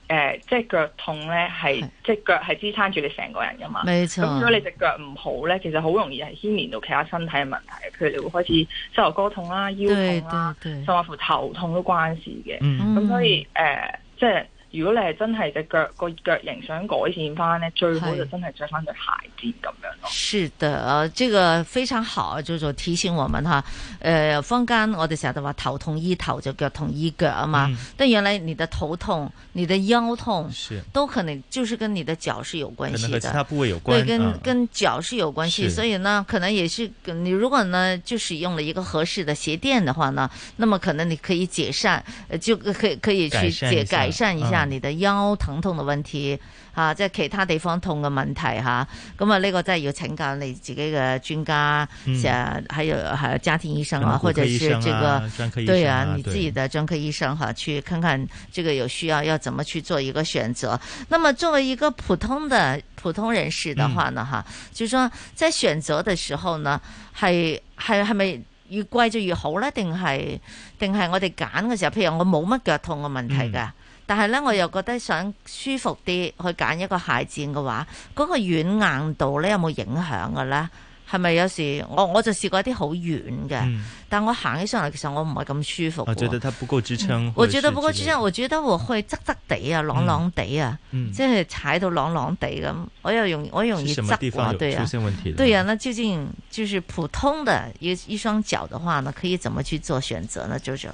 誒、呃即係腳痛咧，係即係腳係支撐住你成個人噶嘛。
冇錯
咁如果你隻腳唔好咧，其實好容易係牽連到其他身體嘅問題，譬如你會開始膝頭哥痛啦、腰痛啦，甚至乎頭痛都關事嘅。咁、
嗯
所以誒、呃即係如果你係真係隻腳個腳型想改善翻咧，最好就真係着翻對鞋墊咁樣。
是的，呃，這個非常好，啊就是說提醒我們哈，呃，坊間我哋成日都話頭痛醫頭就腳痛醫腳啊嘛，
嗯
但原來你的頭痛、你的腰痛
是
都可能就是跟你的腳是有關
可能
係
和
的，
其他部位有關
对，跟、
啊
嗯
跟脚是有关系，
是
所以呢，可能也是你如果呢就使用了一个合适的鞋垫的话呢，那么可能你可以解善，呃就可以可以去
改善一
解
下
改善一下
嗯
你的腰疼痛的問題啊，即係其他地方痛嘅問題吓，咁啊呢個真係要請教你自己嘅專家，
嗯
啊，還有還有家庭醫生
然
啊，
後
或者
骨科醫
是
生
這個
啊專科醫
對
生
啊
啊，
你
對
自己的专科医生哈，去看看这个有需要要怎么去做一个选择。那么作为一个普通的普通人士的話呢，哈、就說在選擇嘅時候呢，係係係咪越貴就越好呢？定係定係我哋揀嘅時候，譬如我冇乜腳痛嘅問題㗎，
嗯
但係呢，我又覺得想舒服啲去揀一個鞋墊嘅話，嗰、個軟硬度呢有冇影響嘅呢？係咪有時我我就試過一啲好軟嘅，
嗯
但我行起上嚟其實我唔係咁舒服
我
喎。
啊覺得它不夠支撐，
嗯我
或者
覺
是
得不過
之
之
類
前，我覺得我會側側地啊，啷啷地啊，
嗯
即係踩到啷啷地咁，我又容我容易
是什麼地
側
方
啊，
有
對啊
出現問題，的
對啊，那究竟就是普通的一一雙腳的話呢，可以怎麼去做選擇呢？周周，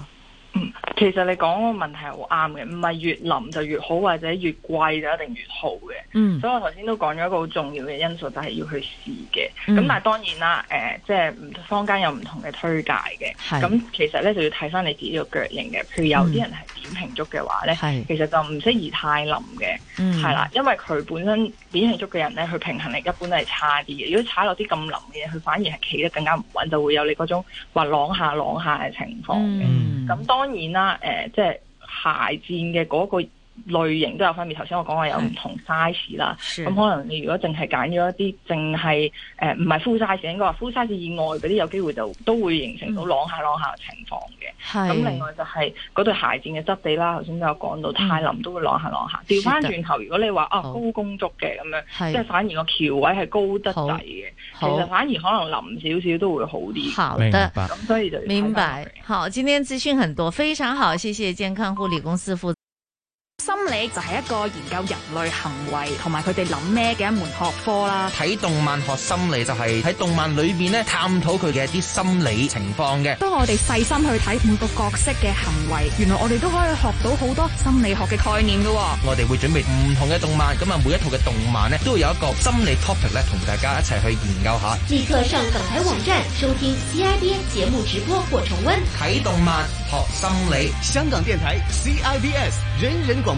其實你講個問題係好啱嘅，唔係越腍就越好，或者越貴就一定越好嘅。
嗯
所以我頭先都講咗一個好重要嘅因素，就係要去試嘅。咁、
嗯
但係當然啦，誒、即係唔坊間有唔同嘅推介嘅。
係
咁其實咧就要睇翻你自己個腳型嘅，譬如有啲人係扁慶粥嘅
嗯
話咧
係，
其實就唔適宜太腍嘅，
嗯
係啦、因為佢本身扁慶粥嘅人咧，佢平衡力一般都係差啲嘅。如果踩落啲咁腍嘅嘢，佢反而係企得更加唔穩，就會有你嗰種話啷下啷下嘅情況嘅。
嗯
嗯
咁、當然啦，誒、呃即係鞋墊嘅嗰個類型都有分別。頭先我講話有唔同 size 啦，
是
咁可能你如果淨係揀咗一啲，淨係誒唔係 full size，應該話 full size 以外嗰啲，有機會就都會形成到啷下啷下嘅情況嘅。
嗯係
咁另外就係嗰對鞋墊嘅質地啦，頭先都有講到，太腍都會啷下啷下。
是的
調翻轉頭，如果你話啊
嗯好
高弓足嘅咁
係
樣，即係反而個橋位係高得滯嘅，其
好
實反而可能腍少少都會好啲。
好的，
咁所以就要睇
明
翻
白。好，今天资讯很多，非常好，谢谢健康护理公司负责。
心理就係一個研究人類行為同埋佢哋諗咩嘅一門學科啦。
睇動漫學心理就係喺動漫裏面咧探討佢嘅一啲心理情況嘅。
當我哋細心去睇每個角色嘅行為，原來我哋都可以學到好多心理學嘅概念㗎喎。
我哋會準備唔同嘅動漫，咁啊每一套嘅動漫咧都會有一個心理 topic 咧同大家一齊去研究下。
立刻上港台网站收听 CIBS 节目直播或重温。
睇動漫學心理，
香港电台 CIBS 人人广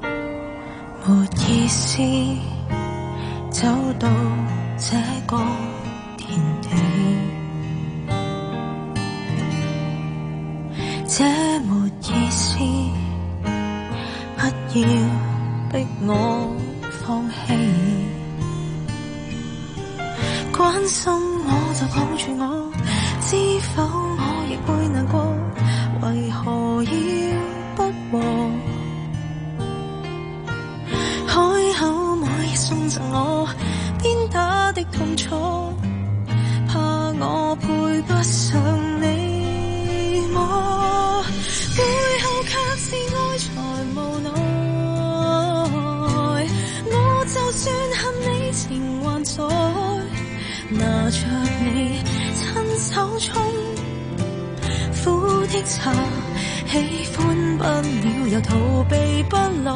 沒意思走到這個田地，這沒意思，不要逼我放棄。關心我就抱住我，知否我亦會難過？為何要不和？開口每日送贈我鞭打的痛楚，怕我配不上你麼？背後卻是愛才無奈，我就算恨你情還在，拿着你親手沖。苦的茶，喜歡不了又逃避不來。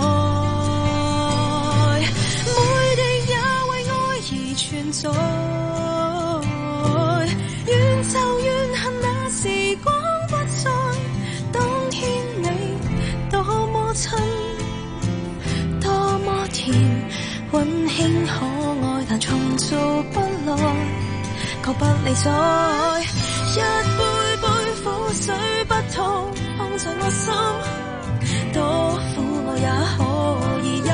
每滴也為愛而存在，怨就怨恨那時光不再。當天你多麼親，多麼甜，溫馨可愛，但重做不來。確不理睬。一杯杯苦水不吐，放在我心，多苦我也可以忍。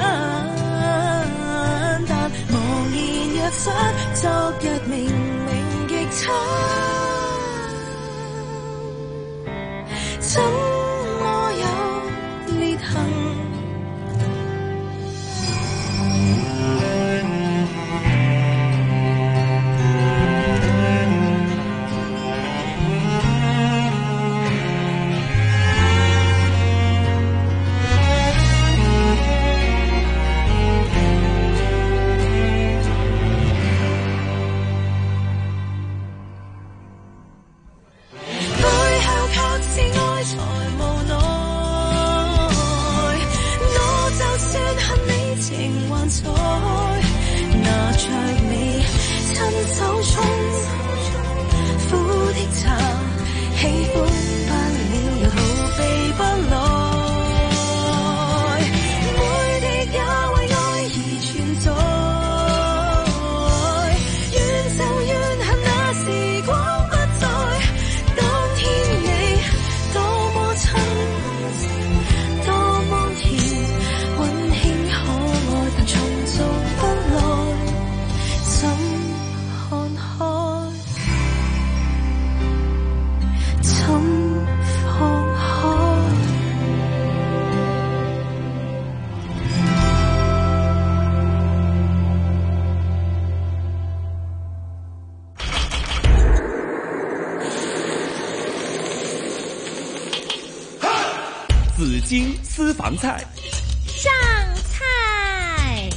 但無言若失，昨日明明極差，怎我有裂痕？
紫荆私房菜。
上菜。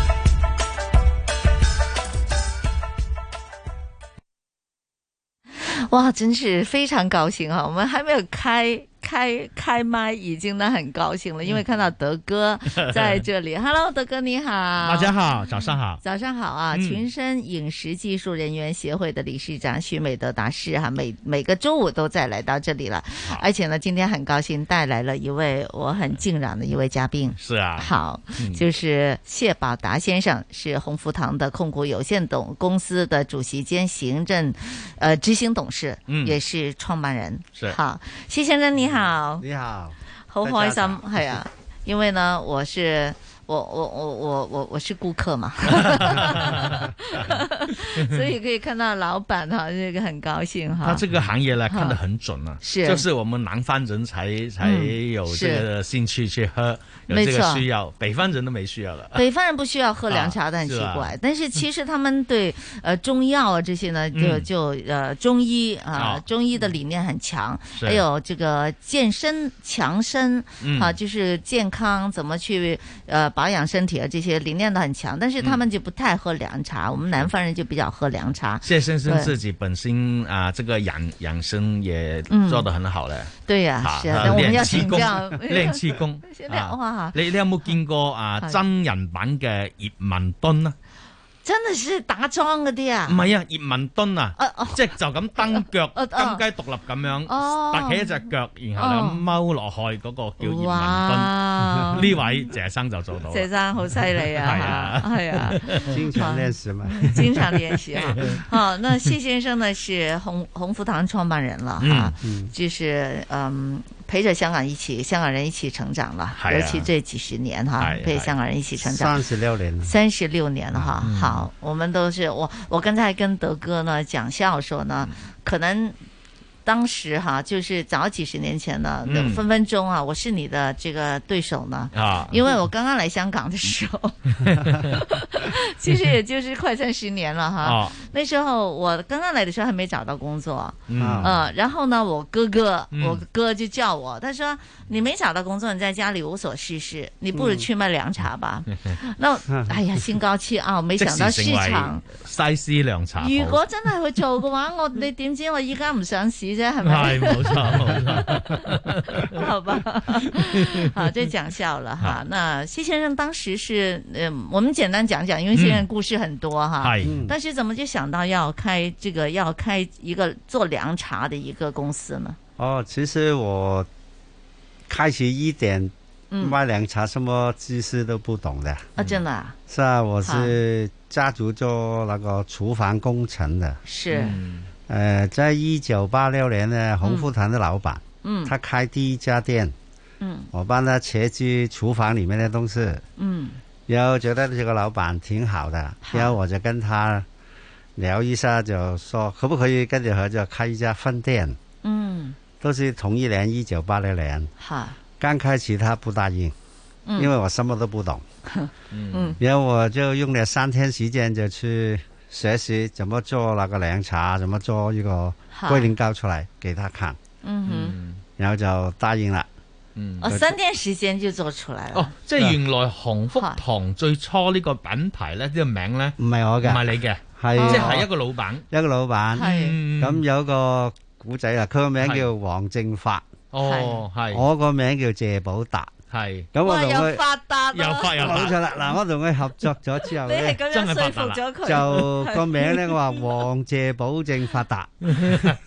<laughs> 哇，真是非常高兴啊！我们还没有开开开麦，已经呢很高兴了，因
嗯
为看到德
<laughs>
哥在这里。Hello，德哥你好，大
大家。好，啊早上好。
早上好啊！
嗯
群生饮食技术人员协会的理事长许美德达师哈、每每个周五都再来到这里了，而且呢，今天很高兴带来了一位我很敬仰的一位嘉宾，
是啊，
好，
嗯
就是谢宝达先生，是鸿福堂的控股有限董公司的主席兼行政呃执行董事，
嗯
也是创办人，
是
好，谢先生你好，
你好，
好
大
開
家
心，係啊，因為呢，我是我我我我我我是顧客
<laughs>
嘛， <laughs> 所以可以看到老闆哈，这个很高興哈。
他这个行业呢
哈
看得很准啊，
是
就是我们南方人才才有这个兴趣去喝，有
没
这个
错
需要，北方人都没需要 <laughs> 了。
北方人不需要喝凉茶
啊
的，很奇
是啊
怪。但是其实他
<laughs>
们对呃中药啊这些呢，就
嗯
就呃中医啊
啊，
中医的理念很强，
是
还有这个健身强身
嗯
啊，就是健康怎么去呃保养身体啊这些理念都很强。
嗯
但是他们就不太喝凉茶，我们南方人就比较喝凉茶。
谢先生
对
自己本身啊，这个养养生也
嗯
做得很好嘞。
对呀
啊
是啊
啊
但我们
练
要
气
请
功
教。
<laughs> 练气功
<laughs>
啊
现在哇
你你有冇見過啊
係
真人版嘅葉問敦啊？
真的是打桩嗰啲啊，
唔係啊，葉問敦啊，即係就咁蹬腳，
哦
金雞獨立咁樣，
哦
突起一隻腳，然後你咁踎落去嗰個叫葉
哇
問 <laughs> 敦，呢位謝生就做到啦。
謝生好犀利啊，係
係
啊
啊，
经常练习
<laughs>
嘛，
经常练习
<laughs>
啊。好，那谢先生呢是鸿鸿福堂创办人了哈，
嗯
就是嗯陪着香港一起香港人一起成长了，
是啊
尤其这几十年哈，陪啊香港人一起成长
三。十六年了，
三十六年了
嗯
哈，好，我们都是我，我刚才跟德哥呢讲笑说呢，
嗯
可能当时哈，就是早几十年前呢，
嗯
分分钟啊，我是你的这个对手呢，
啊，
因 <laughs> 为我刚刚来香港的时
<laughs>
候，其实也就是快三十年了哈。
哦
那时候我刚刚来的时候还没找到工作，
嗯
呃然后呢，我哥哥，
嗯
我哥就叫我，他说你没找到工作，你在家里无所事事，你不如
嗯
去卖凉茶吧。那我哎呀，心高气傲，没
即
想到
時
市
成為
場。
西施涼茶鋪。
如果真係去做嘅話，我你點知我依家唔上市
<laughs>
啫？係咪？
係哎冇錯
<laughs>
冇錯，
好 <laughs> 吧，好，这讲笑了哈
好。
那谢先生当时是，嗯，我们简单讲讲，因为现在
嗯
故事很多哈。
是嗯
但是怎么就想到要开这个要开一个做凉茶的一个公司呢？
哦，其实我开始一点
嗯
卖凉茶，什么知识都不懂的。
啊，真的啊，
是啊，我是家族做那个厨房工程的。
是嗯
呃，在一九八六年呢，鸿福堂的老板，
嗯
他开第一家店，
嗯
我帮他切去厨房里面的东西，
嗯
然后觉得这个老板挺好的，然后我就跟他聊一下，就说可不可以跟你合作开一家分店，
嗯，
都是同一年一九八六年。
好，
刚开始他不答应，
嗯
因为我什么都不懂。
嗯
然后我就用了三天时间就去学习怎么做那个凉茶，怎么做一个龟苓膏出来给他看，
嗯哼，
然后就答应了。
嗯
哦，三天时间就做出来了。
哦，即係原來鴻福堂最初呢個品牌咧，呢個名咧，
唔係我嘅
唔係你嘅，
係
即係一個老闆。
一個老闆，
係
咁有個古仔啊啦，佢個名
係
叫黃正發，
哦，係
我個名叫謝寶達，
係
咁我
哇，
同
又
佢
發達啦，
冇錯啦，嗱，我同佢合作咗之後
你
咧
係，咁樣說服咗佢，
就個名咧，我話黃謝保證發
<laughs>
達，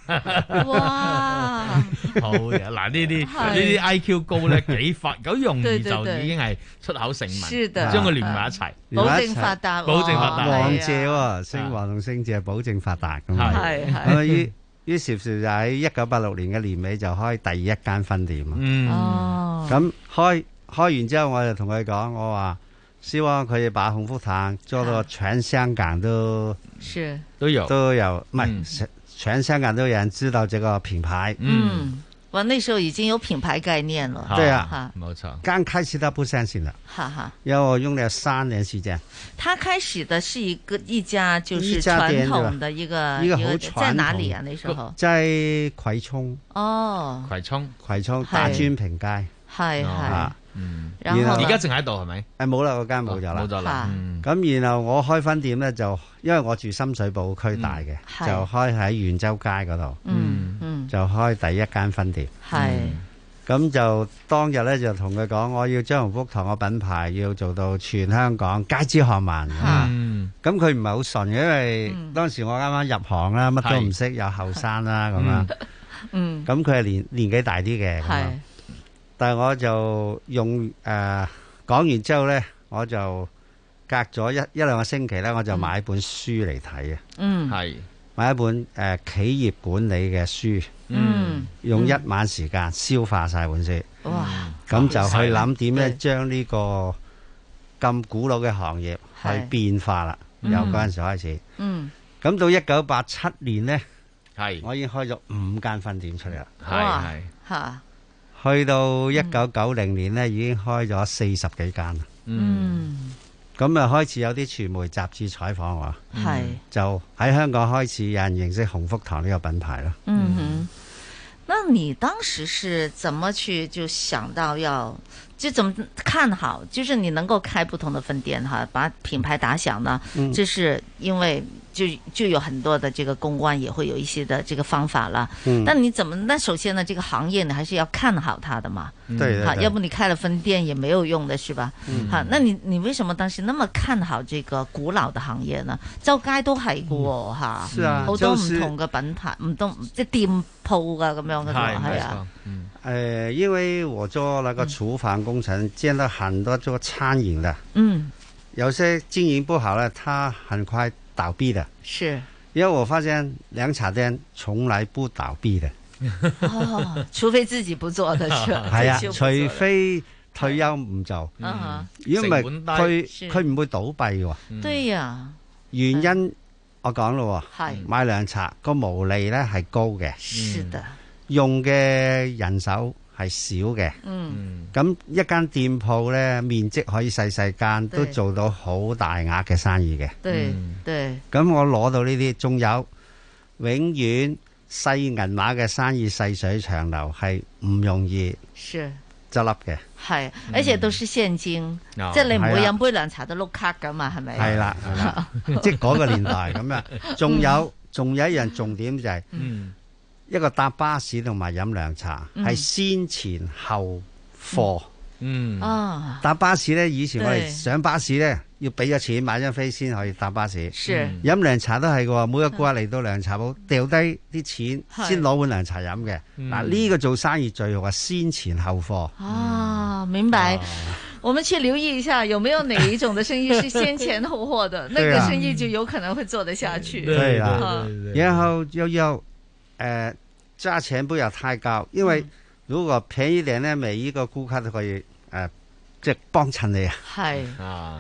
哇！
<laughs>
好嘅，嗱呢啲
係
呢啲 I Q 高
<laughs>
咧，幾發好容易
對
就
對對
已經係出口成文，
是的
將佢連埋一齊，
保證發達
<laughs>
喎
保證發達，
黃
啊
謝喎，姓黃同姓謝保證發達咁
係
啊。
係係
咁啊於於是乎就喺一九八六年嘅年尾就開第一間分店
嗯
啊。
哦
咁開開完之後，我就同佢講，我話希望佢哋把
啊
鴻福堂做到全香港都
是
嗯
都有都有，唔係成全香港都有人知道这个品牌。
嗯，我那时候已经有品牌概念了。
对
哈
啊，冇错。刚开始他不相信的，
哈哈，
因为我用了三年时间，
它开始的是一个一家就是
一家
传
店
统的一个
一个好
个
传
在
统
哪里啊？那时候
在葵涌，
哦，
葵涌，
葵涌打磚平街。
系
啊
系，
嗯，
然後呢
而家仲喺度係咪？
誒冇啦，嗰間冇咗啦，
冇咗啦。嗯
咁然後我開分店咧，就因為我住深水埗區大嘅，
嗯
就開喺元州街嗰度，
嗯嗯
就開第一間分店。
系
咁就當日咧就同佢講，我要將紅福堂嘅品牌要做到全香港街知巷聞。
嗯，
咁佢唔係好信，因為
嗯
當時我啱啱入行啦，乜都唔識，又後生啦咁啊樣。
嗯
咁佢係年年紀大啲嘅。咁樣
系
但係我就用誒呃講、完之後呢，我就隔咗一一兩個星期呢，我就買一本書嚟睇啊。
嗯
係買一本誒、呃企業管理嘅書。
嗯
用一晚時間消化晒本書。
哇！
咁就去諗點咧，將呢個咁古老嘅行業去
係
變化啦。由
嗯
嗰陣時開始，
嗯
咁到一九八七年呢，
係
我已經開咗五間分店出嚟啦。
哇吓
去到一九九零年呢，已經開咗四十幾間啦。
嗯
咁啊，開始有啲傳媒雜誌採訪我，
係
就喺香港開始有人認識紅福堂呢個品牌啦。
嗯哼。那你当时是怎么去就想到要就怎么看好？就是你能够开不同的分店哈，把品牌打响呢？
嗯
这是因为就就有很多的这个公关也会有一些的这个方法了。
嗯
但你怎么？那首先呢，这个行业你还是要看好它的嘛。
嗯对对
好，
对
要不你开了分店也没有用的是吧？
嗯
好，那你你为什么当时那么看好这个古老的行业呢？周街都係嘅喎吓，
是啊
好
就
多唔
是
同嘅品牌，唔同即係店鋪噶咁樣嘅喎，係啊，
嗯，呃，因为我做那个厨房工程，见到很多做餐饮的，
嗯，
有些经营不好呢，他很快倒闭的。
是，
因为我发现凉茶店从来不倒闭的，
哦， <laughs> 除非自己不
<laughs>
做的是，
系啊，除
自己不做的
非退休唔做，
嗯哼
如果唔
成
係
本低
佢佢唔會倒閉喎。
對呀，
原因我講咯
係
喎，買涼茶個毛利呢係高嘅，
是的，
用嘅人手係少嘅。
嗯，
咁一間店鋪呢，面積可以細細間，
對
都做到好大額嘅生意嘅。
對
嗯
對，
咁我攞到呢啲，仲有永遠細銀碼嘅生意細水長流係唔容易
是。
執笠嘅。
係，而且都是現金，即
嗯哦
係你唔會
係啦
飲杯涼茶都碌卡噶嘛，係咪？
係啦，係
<laughs>
啦，即係嗰個年代咁啊。仲有仲有一樣重點就係
嗯
一個搭巴士同埋飲涼茶
嗯
係先前後貨。
嗯
啊，
搭巴士呢，以前我哋
對
上巴士呢，要俾咗錢買張飛先可以搭巴士。
是嗯
飲涼茶都係嘅喎，每個顧客嚟到涼茶鋪掉低啲錢，
係
先攞碗涼茶飲嘅。
嗯
嗱，呢個做生意最好啊，先前後貨。嗯
啊，明白。
哦
我们去留意一下，有没有哪一种的生意是先前后
<laughs>
货的，那
对
个
啊嗯
生意就有可能会做得下去。
對啦
啊，
然後又要誒價錢不要太高，因為如果便宜點呢，每一個顧客都可以誒、呃即係幫襯你啊。
係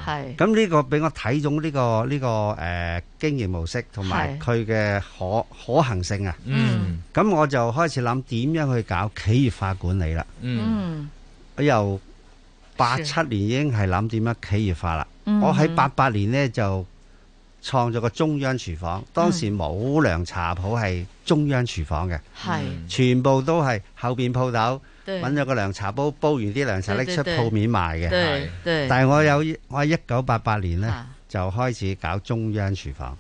係
咁呢個俾我睇中呢、個呢、個誒、呃、經營模式同埋佢嘅可可行性啊。
嗯。
咁我就開始諗點樣去搞企業化管理啦。
嗯
我由八七年已經係諗點樣企業化啦。
嗯
我喺八八年呢就創咗個中央廚
嗯
房，當時冇涼茶鋪係中央廚房嘅，
係
全部都係後邊鋪頭
對
揾咗個涼茶煲，煲完啲涼茶
對
拎
對
出
對
鋪面賣嘅。
對對
但係我有我喺一九八八年
啊
呢就開始搞中央廚房，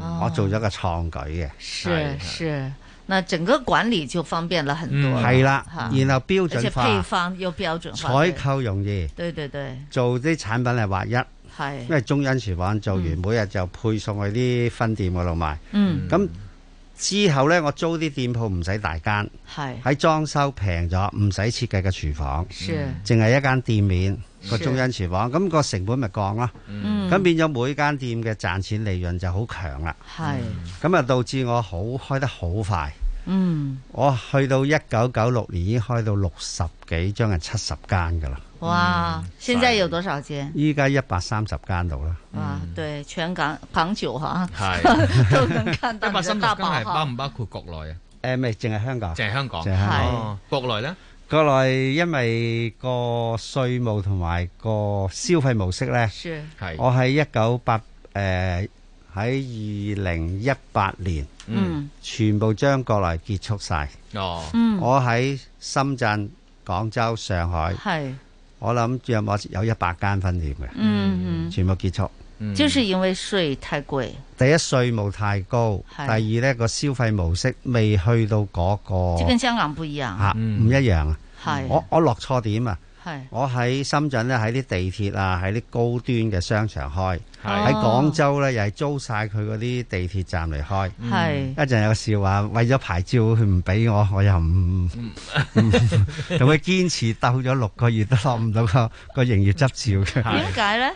哦
我做咗個創舉嘅。
是是，那整个管理就方便了很多
嗯
了。
係啦
哈
然後標
而且
準化
配方又標準化，
採購容易，
對對對
做啲產品係劃一。
對，
因
係
為中央廚房做完，
嗯
每日就配送去啲分店嗰度賣。
嗯
咁之後呢，我租啲店鋪唔使大間，
係
喺裝修平咗，唔使設計嘅廚房，
是
淨係一間店面個
是
中央廚房，咁個成本咪降咯。
嗯
咁變咗每間店嘅賺錢利潤就好強啦。
係
咁啊導致我好開得好快。
嗯，
我去到一九九六年已經開到六十幾，將近七十間噶啦。
哇，
嗯
现在有多少间？
依家一百三十間度啦。
嗯
哇，对，全港港九哈，
係
<laughs> 都能看到
一
你
百
的
三十
大
間
寶
係包
哈。
唔包括國內啊？
誒，咪淨係香港，
淨係香港，
淨係香港
哦國內咧？
國內因為個稅務同埋個消費模式呢，
是
係
我喺一九八誒喺二零一八年，
嗯，
全部將國內結束晒。
哦
嗯，我喺深圳、廣州、上海，
係，
我諗約莫有一百間分店嘅，
嗯
全部結束。
嗯，就是因為税太貴，
第一税務太高，第
係
二呢個消費模式未去到嗰、
哦
就跟
個
香港不一樣。
嚇唔一樣啊。
係
我我落錯點啊！
係
哦
我喺深圳咧，喺啲地鐵啊，喺啲高端嘅商場開；
係
喺廣州咧，又係租晒佢嗰啲地鐵站嚟開。
係
一陣有個笑話，為咗牌照佢唔俾我，我又唔 <laughs> 同佢堅持鬥咗六個月都攞唔到個個營業執照嘅
點。解咧？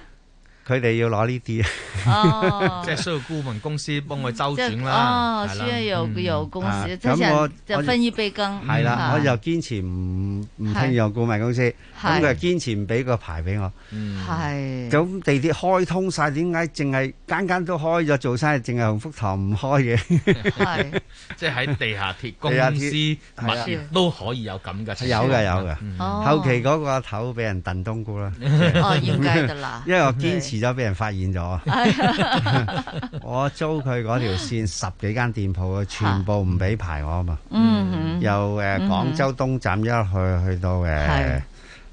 佢哋要攞呢啲
哦
<laughs> 即係需要顧問公司幫佢周
就
轉啦，嗯
哦，
係啦
需要有有公
啊
司，
咁
他
我
想就
我
分一杯羹。
係啦，
啊
我又堅持唔唔聘用顧問公司，咁佢
係
又堅持唔俾個牌俾我。
嗯
係
咁地鐵開通晒，點解淨係間間都開咗做生意，淨係鴻福堂唔開嘅？
係
<laughs> 即係喺地下鐵公
地下
司
鐵
物
係啊
業都可以有咁嘅情況，
<laughs> <laughs> 有嘅有嘅
嗯，
哦
後期嗰個頭俾人燉冬菇啦。
<laughs> 哦應該㗎啦
<laughs> 因為我堅持咗，俾人發
<laughs>
現咗。我租佢嗰條線十幾間店鋪，全部唔俾牌我啊嘛。
嗯哼
由誒
嗯哼
廣州東站一路去去到
係
誒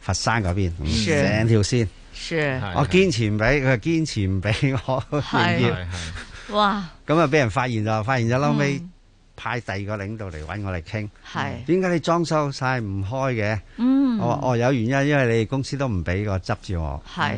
佛山嗰邊，
是
成條線。
是
我堅持唔俾，佢堅持唔俾我營業。
哇，
咁啊俾人發現咗，發現咗後尾
嗯
派第二個領導嚟揾我嚟傾，
係
點解你裝修晒唔開嘅？
嗯
我話哦有原因，因為你哋公司都唔俾個執照我。
係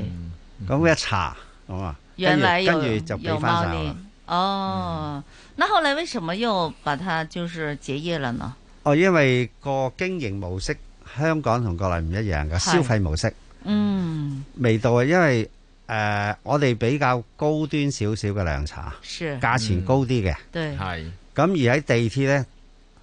咁一查，咁啊，
原來
跟
有
住跟住就俾
有
翻
貓
晒我啦
膩。哦，那後來為什麼又把它就是結業了呢？
哦，因為個經營模式香港同國內唔一樣嘅
係
消費模式
嗯，
味道啊，因為誒、呃我哋比較高端少少嘅涼茶，
是
價錢高啲嘅。
對，
係
咁而喺地鐵呢，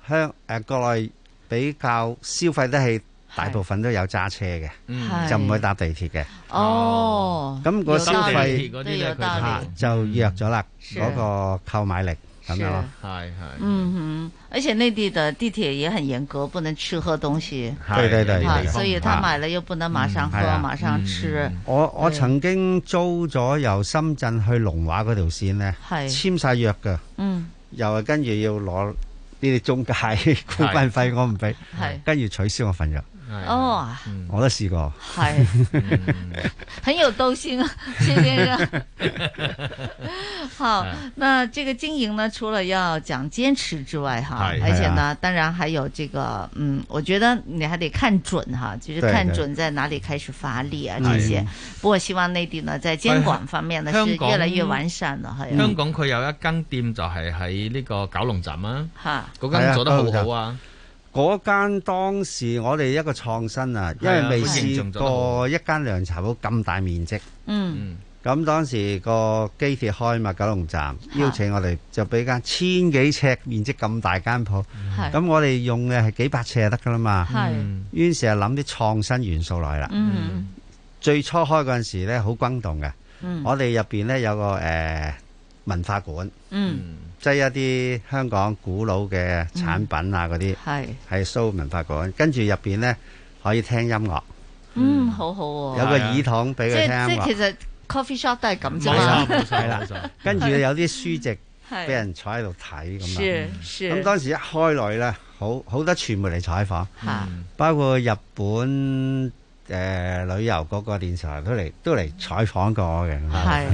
香誒、呃、國內比較消費得起，大部分都有揸車嘅，
嗯係
就唔會搭地鐵嘅。
哦，
咁個消費
有道理對有道
啊
理，
就弱咗啦，
是
嗰
嗯
個購買力咁樣咯。
係係。
嗯哼，而且內地的地鐵也很嚴格，不能吃喝東西。
對對對
啊
對
所以他買了又不能馬上喝，
嗯係啊
馬上吃。
我我
對
曾經租咗由深圳去龍華嗰條線呢，
係
簽晒約㗎，
嗯，
又係跟住要攞呢啲中介 <laughs> 股份費，我唔俾
係，
跟住取消我份約，
哦，
我都試過。 <laughs>
係嗯 <laughs> 很有鬥心啊，謝先生。好，那这个经营呢，除了要讲坚持之外，哈，
是
而且
是
呢
啊，
当然还有这个，嗯，我觉得你还得看准哈，就是
对
看
对
准在哪里开始发力啊
嗯
这些
嗯。
不过希望内地呢，在监管方面呢
香
是
港
越来越完善了，係啊
香港佢有一間店就係喺呢個九龍站啊，
哈
嗰間做得好好啊，
嗰間當時我哋一個創新啊，因為未試過一間涼茶鋪咁大面積。
嗯，
咁當時個機鐵開嘛，九龍站邀請我哋就俾間千幾尺面積咁大間鋪
係，
咁我哋用嘅係幾百尺就得噶啦嘛嗯
係。
於是就諗啲創新元素落去啦。
嗯
最初開嗰陣時咧，好轟動嘅。
嗯
我哋入邊咧有個誒、呃文化館，
嗯
即係一啲香港古老嘅產品啊嗰啲，
嗯係
係 show 文化館。跟住入邊咧可以聽音樂，
嗯，好好喎。
有個耳筒俾佢聽
即
音
即
樂。
其實 coffee shop 都係咁啫嘛。
係啦，跟住有啲書籍
係
俾人坐喺度睇咁
是
樣。
是
咁當時一開來咧，好好多傳媒嚟採訪
<laughs> 嚇，
包括日本誒旅遊嗰個電視台都嚟都嚟採訪過我嘅。
係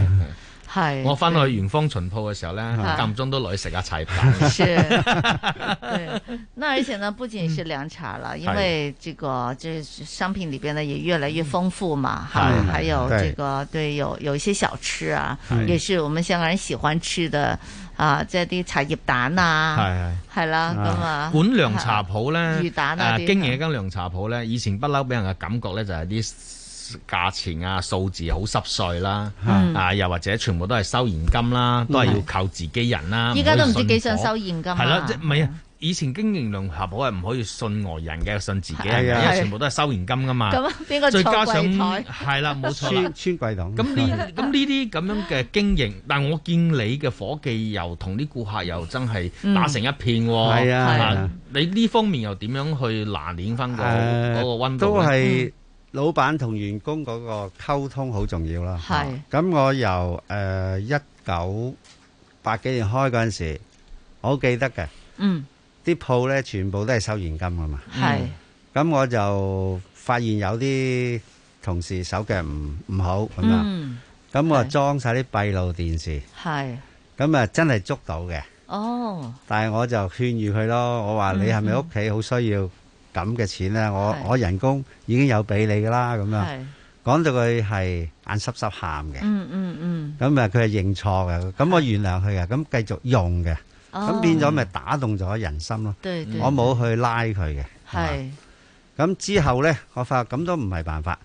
係。
我翻去元芳巡鋪嘅時候咧，
係
間唔中都落去食下茶葉蛋。
<laughs> 是，对， <laughs> 那而且呢，不
嗯
仅是凉茶了，因为这个这商品里边呢也越来
嗯
越丰富嘛，哈
嗯，
还有
对
这个对有有一些小吃啊，
是
也是我们香港人喜欢吃的啊，即係啲茶葉蛋啊，
係
係啦，咁啊，
管涼茶鋪咧，
魚蛋啊
誒
啲
經營一間涼茶鋪咧，以前不嬲俾人嘅感覺咧就係啲
價錢啊、數字好濕碎啦，
嗯
啊又或者全部都係收現金啦，都係要靠自己人啦。
依家都唔知
可以
幾
信
想
火
收現金
係啦，
啊
即係唔係啊？以前經營聯合好係唔可以信外人嘅，信自己人
係啊
嘅，因為
係
全部都係收現金噶嘛。
咁邊個
再
坐
加上
櫃台
係啦，冇錯啦
穿。穿櫃筒。
咁呢
<laughs>
啊
咁呢啲咁樣嘅經營，但我見你嘅伙計又同啲顧客又真係
嗯
打成一片喎。
嗯係啊係啊
你呢方面又點樣去拿捏翻個嗰個温
誒
度
都
呢
係老闆同員工嗰個溝通好重要啦。
係
咁我由誒一九八幾年開嗰陣時，我好記得嘅，
嗯，
啲鋪咧全部都係收現金噶嘛。
係
咁我就發現有啲同事手腳唔唔好咁樣，
嗯
咁我就裝晒啲閉路電視，
係
咁啊真係捉到嘅。
哦
但係我就勸喻佢咯，我話
嗯
你係咪屋企好需要咁嘅錢咧？我
係
我人工已經有俾你噶啦，咁樣
係
講到佢係眼濕濕喊嘅，
嗯嗯嗯
咁啊佢係認錯嘅，咁我原諒佢嘅，咁繼續用嘅，
哦
咁變咗咪打動咗人心咯。
對對
我冇去拉佢嘅。
係
咁之後呢，我發覺咁都唔係辦法，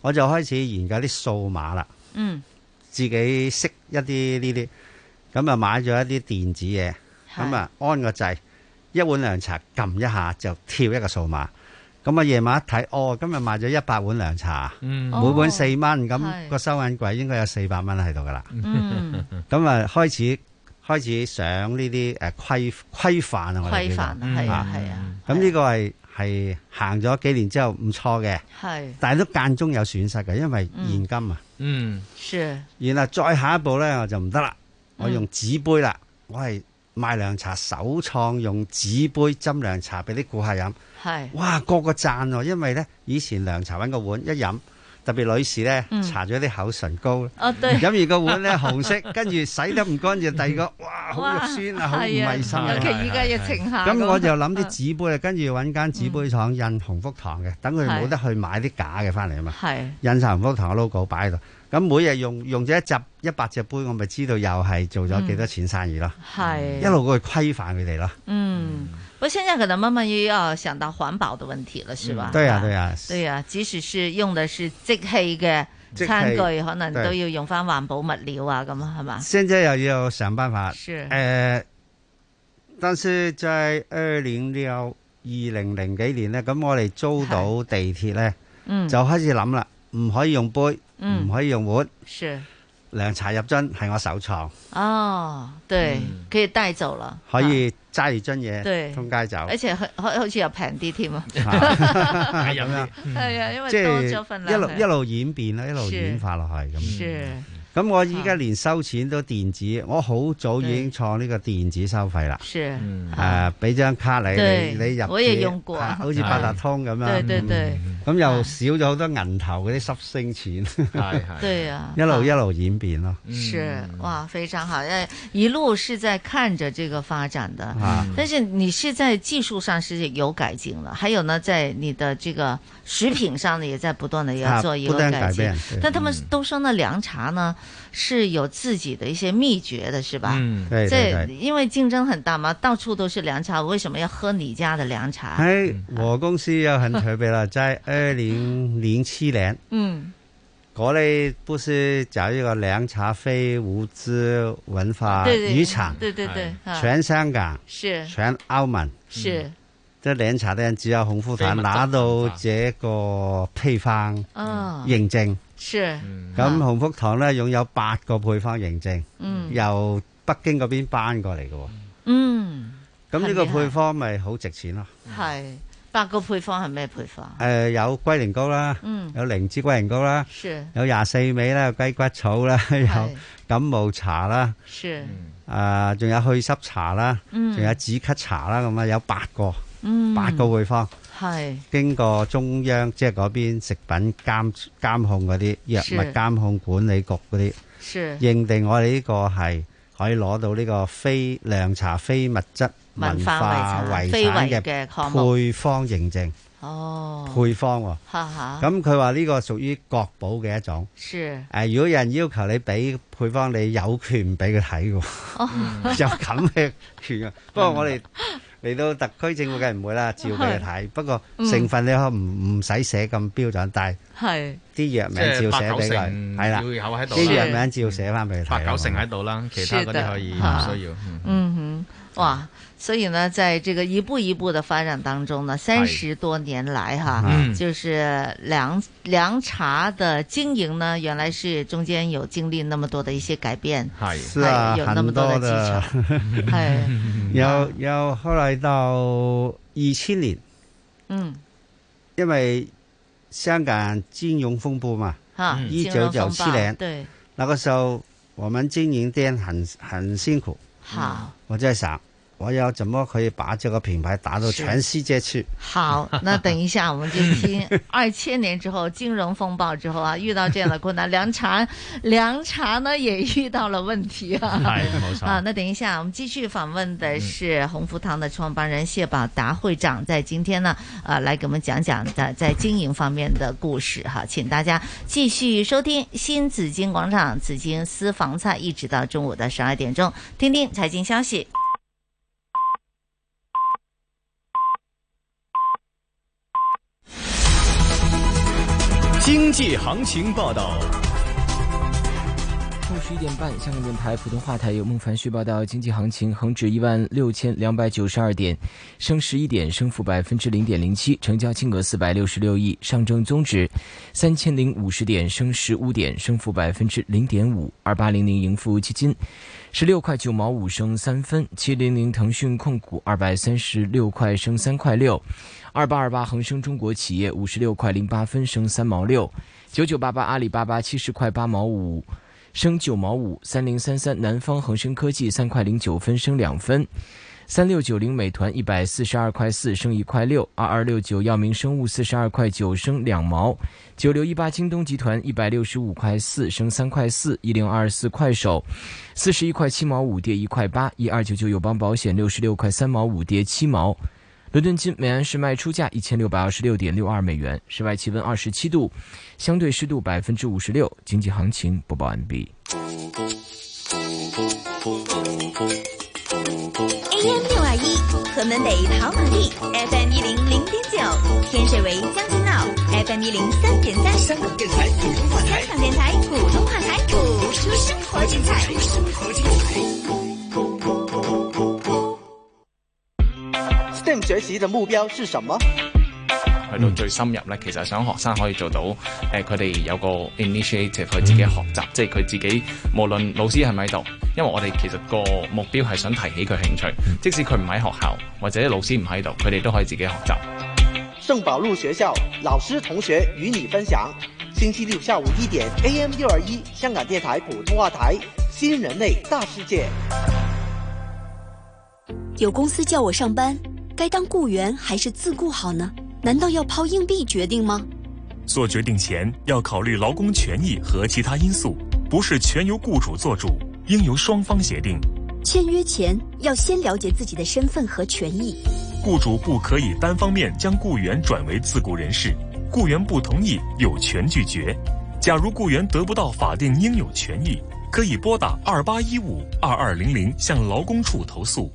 我就開始研究啲數碼啦。
嗯
自己識一啲呢啲，咁啊買咗一啲電子嘢，
係
咁啊安個掣，一碗涼茶撳一下就跳一個數碼。咁啊夜晚一睇，哦，今日買咗一百碗涼茶，
嗯
哦
每碗四蚊，
係
咁個收銀櫃應該有四百蚊喺度噶啦。
嗯
咁啊開始開始想呢啲呃誒規規範啊，我哋
規
叫做
範啊
嗯
係啊係啊。
咁呢個係係行咗幾年之後唔錯嘅，
係
但係都間中有損失嘅，因為
嗯
現金啊。
嗯
是
然後再下一步呢，我就唔得啦，
嗯
我用紙杯啦，我係賣涼茶首創用紙杯斟涼茶俾啲顧客飲，
係
哇個個讚喎，因為呢，以前涼茶揾個碗一飲。特別女士呢，
嗯
搽咗啲口唇膏，
哦對
飲完個
<laughs>
碗呢，紅色，跟住洗得唔乾淨，第二個哇好肉酸啊，好唔
係啊
衞生啊！
尤其而家疫情下嗯
咁我就諗
<laughs>
啲紙杯啊，跟住揾間紙杯廠印紅福堂嘅，等佢冇得去買啲假嘅翻嚟啊嘛。
係
印晒紅福堂嘅 logo 擺喺度，咁每日用用咗一隻一百隻杯，我咪知道又係做咗幾多錢生意咯。
嗯係
嗯一路過去規範佢哋咯。
嗯，不過現在可能慢慢又要想到環保的問題了，是吧？
對啊
啊
對啊，
對啊，即使是用的是即棄嘅
即棄
餐具，可能
對
都要用翻環保物料啊，咁係嘛？
現在又要想辦法。
是
呃但是在二零六二零零幾年呢，咁我哋租到地鐵呢，
嗯
就開始諗啦，唔可以用杯，
嗯
唔可以用碗，
是
涼茶入樽係我首創。
哦，對，可以帶走了，
可以揸住樽嘢
對
嗯啊通街走，
啊而
<laughs>
且 <laughs> 好好好似又平啲添啊，
係咁樣，
係啊，因為
即
多咗份
係一
量
路
係
一路嗯演變啦，一路
是
演化落去咁。
是
咁我依家連收錢都電子，我好早已經創呢個電子收費啦。
是，
誒，俾張卡嗯你，
對
你你入
我也
紙
用過
啊好似八達通啊咁樣。
對對啊對
嗯咁又少咗好多銀頭嗰啲濕星錢。
<laughs>
係嗯
係對啊
一路一路演變咯。
是哇，非常好，呃，一路是在看着这个发展的
啊，
但是你是在技术上是有改进了，还有呢，在你的这个食品上呢，也在不断的要
啊
做一
不
个
断
改
改
进
变对。
但他们都说呢，凉茶呢是有自己的一些秘诀的，是吧？
嗯对对
这
对
因为竞争很大嘛，到处都是凉茶，我为什么要喝你家的凉茶？
喺我哎公司有很特別啦，哎在二零零七年。
嗯，
我哋不是找一個涼茶非物質文化
啊对对
漁場，
对对对，啊
全香港、
是
全澳門，
是，
即係涼茶的人只有孔夫
非物
坦
質
拿到這個配方
哦
認證，
是，
嗯咁孔福堂呢擁有八個配方認證，
嗯
由北京嗰邊搬過嚟嘅喎，
嗯，
咁呢個
很厲害
配方咪好值錢咯。
系八個配方係咩配方？
誒、有龜苓膏啦，
嗯
有靈芝龜苓膏啦
是，
有廿四味啦，有雞骨草啦，有感冒茶啦，
是，
啊，仲有去濕茶啦，
嗯
仲有止咳茶啦，咁啊有八個，
嗯
八個配方，
係
經過中央即係嗰邊食品監監控嗰啲藥
是
物監控管理局嗰啲，
是
認定我哋呢個係可以攞到呢個非涼茶非物質文
文
化
化
遺產
遺產非遺
嘅
嘅項目
配方認證
哦，
配方喎。
哈哈，
咁佢話呢個屬於國寶嘅一種。 <laughs>
是
誒、如果有人要求你俾配
<laughs>
方，你有權唔俾佢睇嘅喎，
哦
有咁嘅權啊。不過我哋嚟到特區政府梗係唔會
<laughs>
啦，照俾你睇。不過
嗯
成分你可唔唔使寫咁標準，但係
係
啲藥名
即係
照
八
寫
九
俾佢，
成
係啦，
要有喺度啦
啲藥名照寫翻俾佢睇。
嗯八九成喺度啦，其他嗰啲可以唔需要。嗯
嗯哼，哇！所以呢，在这个一步一步的发展当中呢，三十多年来哈，
嗯
就是凉凉茶的经营呢，原来是中间有经历那么多的一些改变，
是啊，
哎有那么
很
多
多
的技巧
的， <laughs>
哎，
有有後來到二千年，
嗯，
因為香港金融風暴嘛
哈，，
一
金
九
融
九
风
七
暴
年，
对，
那個時候我們經營店很很辛苦，
好，
我在想我要怎麼可以把這個品牌打到全世界去？
<laughs>
好，那等一下我们就听二千年之后金融风暴之后啊，遇到这样的困难，凉茶凉茶呢也遇到了问题啊。
<laughs> 哎没错
啊，那 <laughs> 等一下我们继续访问的是鸿福堂的创办人谢宝达会长，在今天呢，呃，来给我们讲讲在在经营方面的故事哈，请大家继续收听新紫金广场紫金私房菜，一直到中午的十二点钟，听听财经消息。
经济行情报道。
中午十一点半，香港电台普通话台由孟凡旭报道经济行情：恒指一万六千两百九十二点，升十一点，升幅百分之零点零七，成交金额四百六十六亿；上证综指三千零五十点，升十五点，升幅百分之零点五；二八零零盈富基金十六块九毛五升三分；七零零腾讯控股二百三十六块升三块六。二八二八恒生中国企业五十六块零八分升三毛六，九九八八阿里巴巴七十块八毛五升九毛五，三零三三南方恒生科技三块零九分升两分，三六九零美团一百四十二块四升一块六，二二六九药明生物四十二块九升两毛，九六一八京东集团一百六十五块四升三块四，一零二四快手四十一块七毛五跌一块八，一二九九友邦保险六十六块三毛五跌七毛。伦敦金每安士卖出价一千六百二十六点六二美元，室外气温二十七度，相对湿度百分之五十六。经济行情播报完毕。
AM 六二一，河门北跑马地；FM 一零零点九，天水围将军澳；FM 一零三点三，香港电台普通话台。香港电台普通话台，谱出生活精彩。生活精彩。
STEM 学习的目标是什么？
去到最深入咧，其實想學生可以做到誒，佢哋有個 initiative 去自己學習，即係佢自己無論老師係咪喺度，因為我哋其實個目標係想提起佢興趣，即使佢唔喺學校或者老師唔喺度，佢哋都可以自己學習。
圣保路学校老师同学与你分享，星期六下午一点，AM 六二一香港电台普通话台《新人类大世界》。
有公司叫我上班，该当雇员还是自雇好呢？难道要抛硬币决定吗？
做决定前要考虑劳工权益和其他因素，不是全由雇主做主，应由双方协定。
签约前要先了解自己的身份和权益。
雇主不可以单方面将雇员转为自雇人士，雇员不同意有权拒绝。假如雇员得不到法定应有权益，可以拨打二八一五二二零零向劳工处投诉。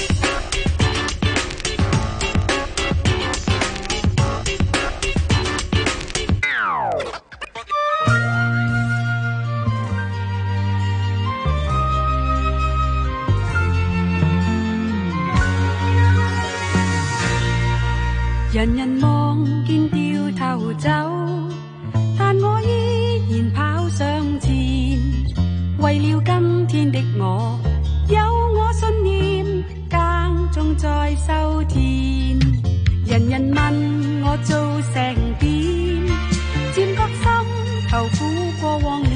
人人望見掉頭走，但我依然跑上前。為了今天的我，有我信念，耕種再收田。人人問我做成點，漸覺心頭苦過往年，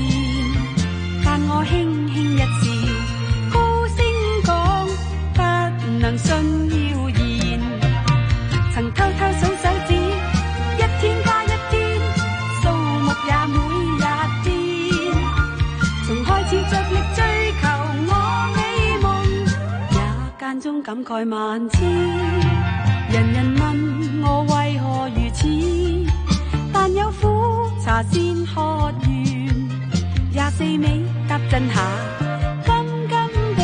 但我輕輕一笑，高聲講不能信謠言。曾偷偷數手指，一天加一天，數目也每日變。從開始着力追求我美夢，感慨萬千。人人問我為何如此，但有苦茶先喝完。廿四味踏震下，甘甘地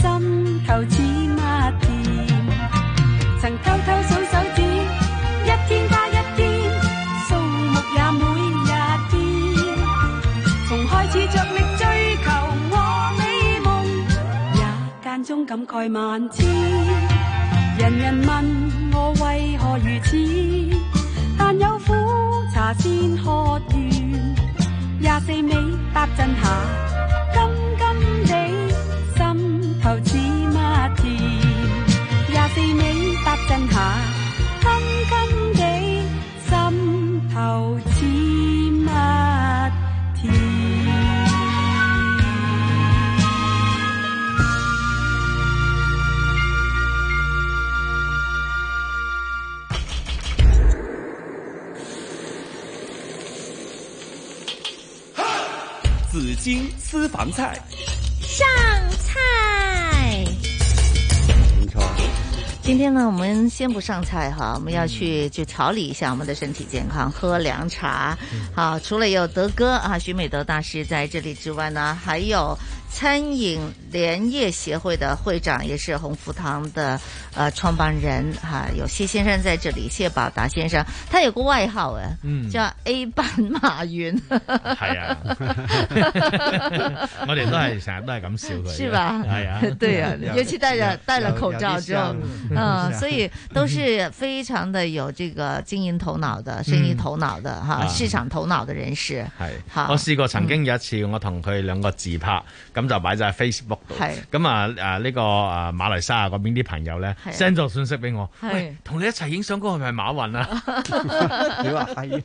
心頭似蜜甜。曾偷偷數手指，一天加一天，數目也每日變。從開始着力追求我美夢，也間中感慨萬千。人人問我為何如此，但有苦茶先喝完。廿四味搭震下，甘甘地心頭似蜜甜。廿四味搭震下，甘甘地心頭似蜜甜。
紫金私房菜，
上菜。今天呢，我们先不上菜哈，我们要去就调理一下我们的身体健康，喝凉茶。好，除了有德哥啊，徐美德大师在这里之外呢，还有餐饮联业协会的会长，也是鸿福堂的呃创办人哈、有谢先生在这里，谢宝达先生，他有个外号哎、
嗯
叫 A 班马云。
<laughs>
<laughs>
係啊，我哋都係成日都係咁笑佢嘅，
是吧？
係啊，
<laughs> 对啊，尤其戴着戴了口罩之后，
<laughs> 啊
啊
嗯，所以都
是。
是非常的有这个经营头脑的、生意头脑的哈，
啊
市场头脑的人士。 <laughs>
係，
嚇
我試過曾經有一次，我同佢兩個自拍，咁就擺咗喺 Facebook 度
係。
咁啊啊呢個啊馬來西亞嗰邊啲朋友咧
係
send 咗信息俾我，
係
喂，同你一齊影相嗰個係咪馬雲啊？
你話係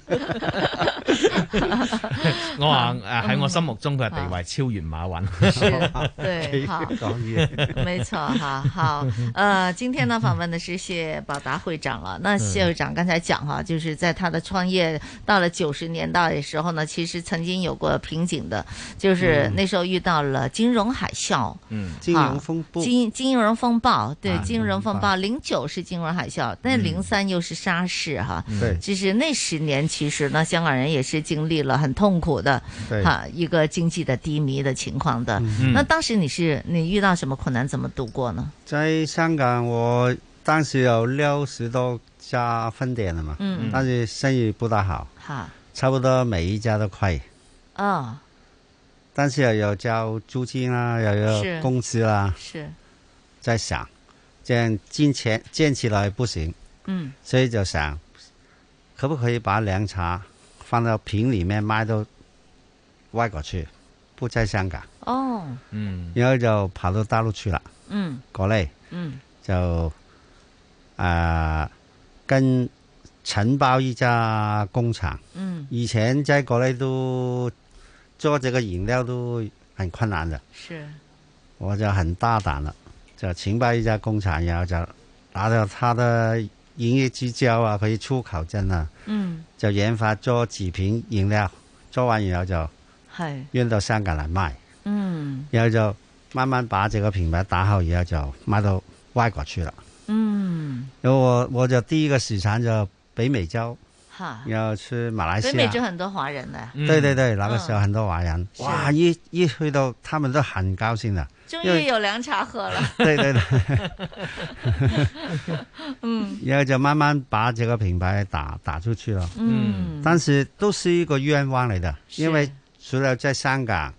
我話誒喺我心目中佢嘅地位超越馬雲。 <laughs>
對好
講嘢
没错哈，好，呃，今天呢访问的是谢宝达会长了。那谢会长刚才讲哈，就是在他的创业到了九十年代的时候呢，其实曾经有过瓶颈的，就是
嗯
那时候遇到了金融海啸，
嗯金融风暴
啊金金融风暴，对，
啊
金融风
风暴
暴，零九是金融海啸，但
嗯
零三又是沙士哈，
对
就是那十年其实呢，香港人也是经历了很痛苦的
对
哈一个经济的低迷的情况的。
嗯
那当时你是你遇到什么困难，怎么度过呢？
在香港，我当时有六十多家分店啊了嘛，
嗯
但是生意不大好，
哈，
差不多每一家都亏，
哦，
但是又有交租金啦，又
是
有工资啦，
是，
在想，这样金钱建起来不行，
嗯
所以就想，可不可以把凉茶放到瓶里面卖到外国去，不在香港，
哦，
嗯
然后就跑到大陆去了，
嗯
国内。
嗯
就啊、跟承包一家工厂。
嗯
以前在国内都做这个饮料都很困难的，
是，
我就很大胆了，就承包一家工厂，然后就拿到他的营业执照啊，可以出口证啊，
嗯，
就研发做几瓶饮料，做完以后就
系，
运到香港来卖，
嗯
然后就慢慢把这个品牌打好以后就卖到外国去了。
嗯，
然后我我就第一个市场就北美洲，
哈，
然后去马来西
北
亚。
美洲很多华人呢，
啊对对对，那个时候很多华人，
是
哇！一一去到，他们都很高兴的，
终
因
于
为。
有凉茶喝了
<laughs> 对对对，
<laughs> 嗯
然后就慢慢把这个品牌打打出去了。
嗯
但是都是一个冤枉来的，
是
因为除了在香港，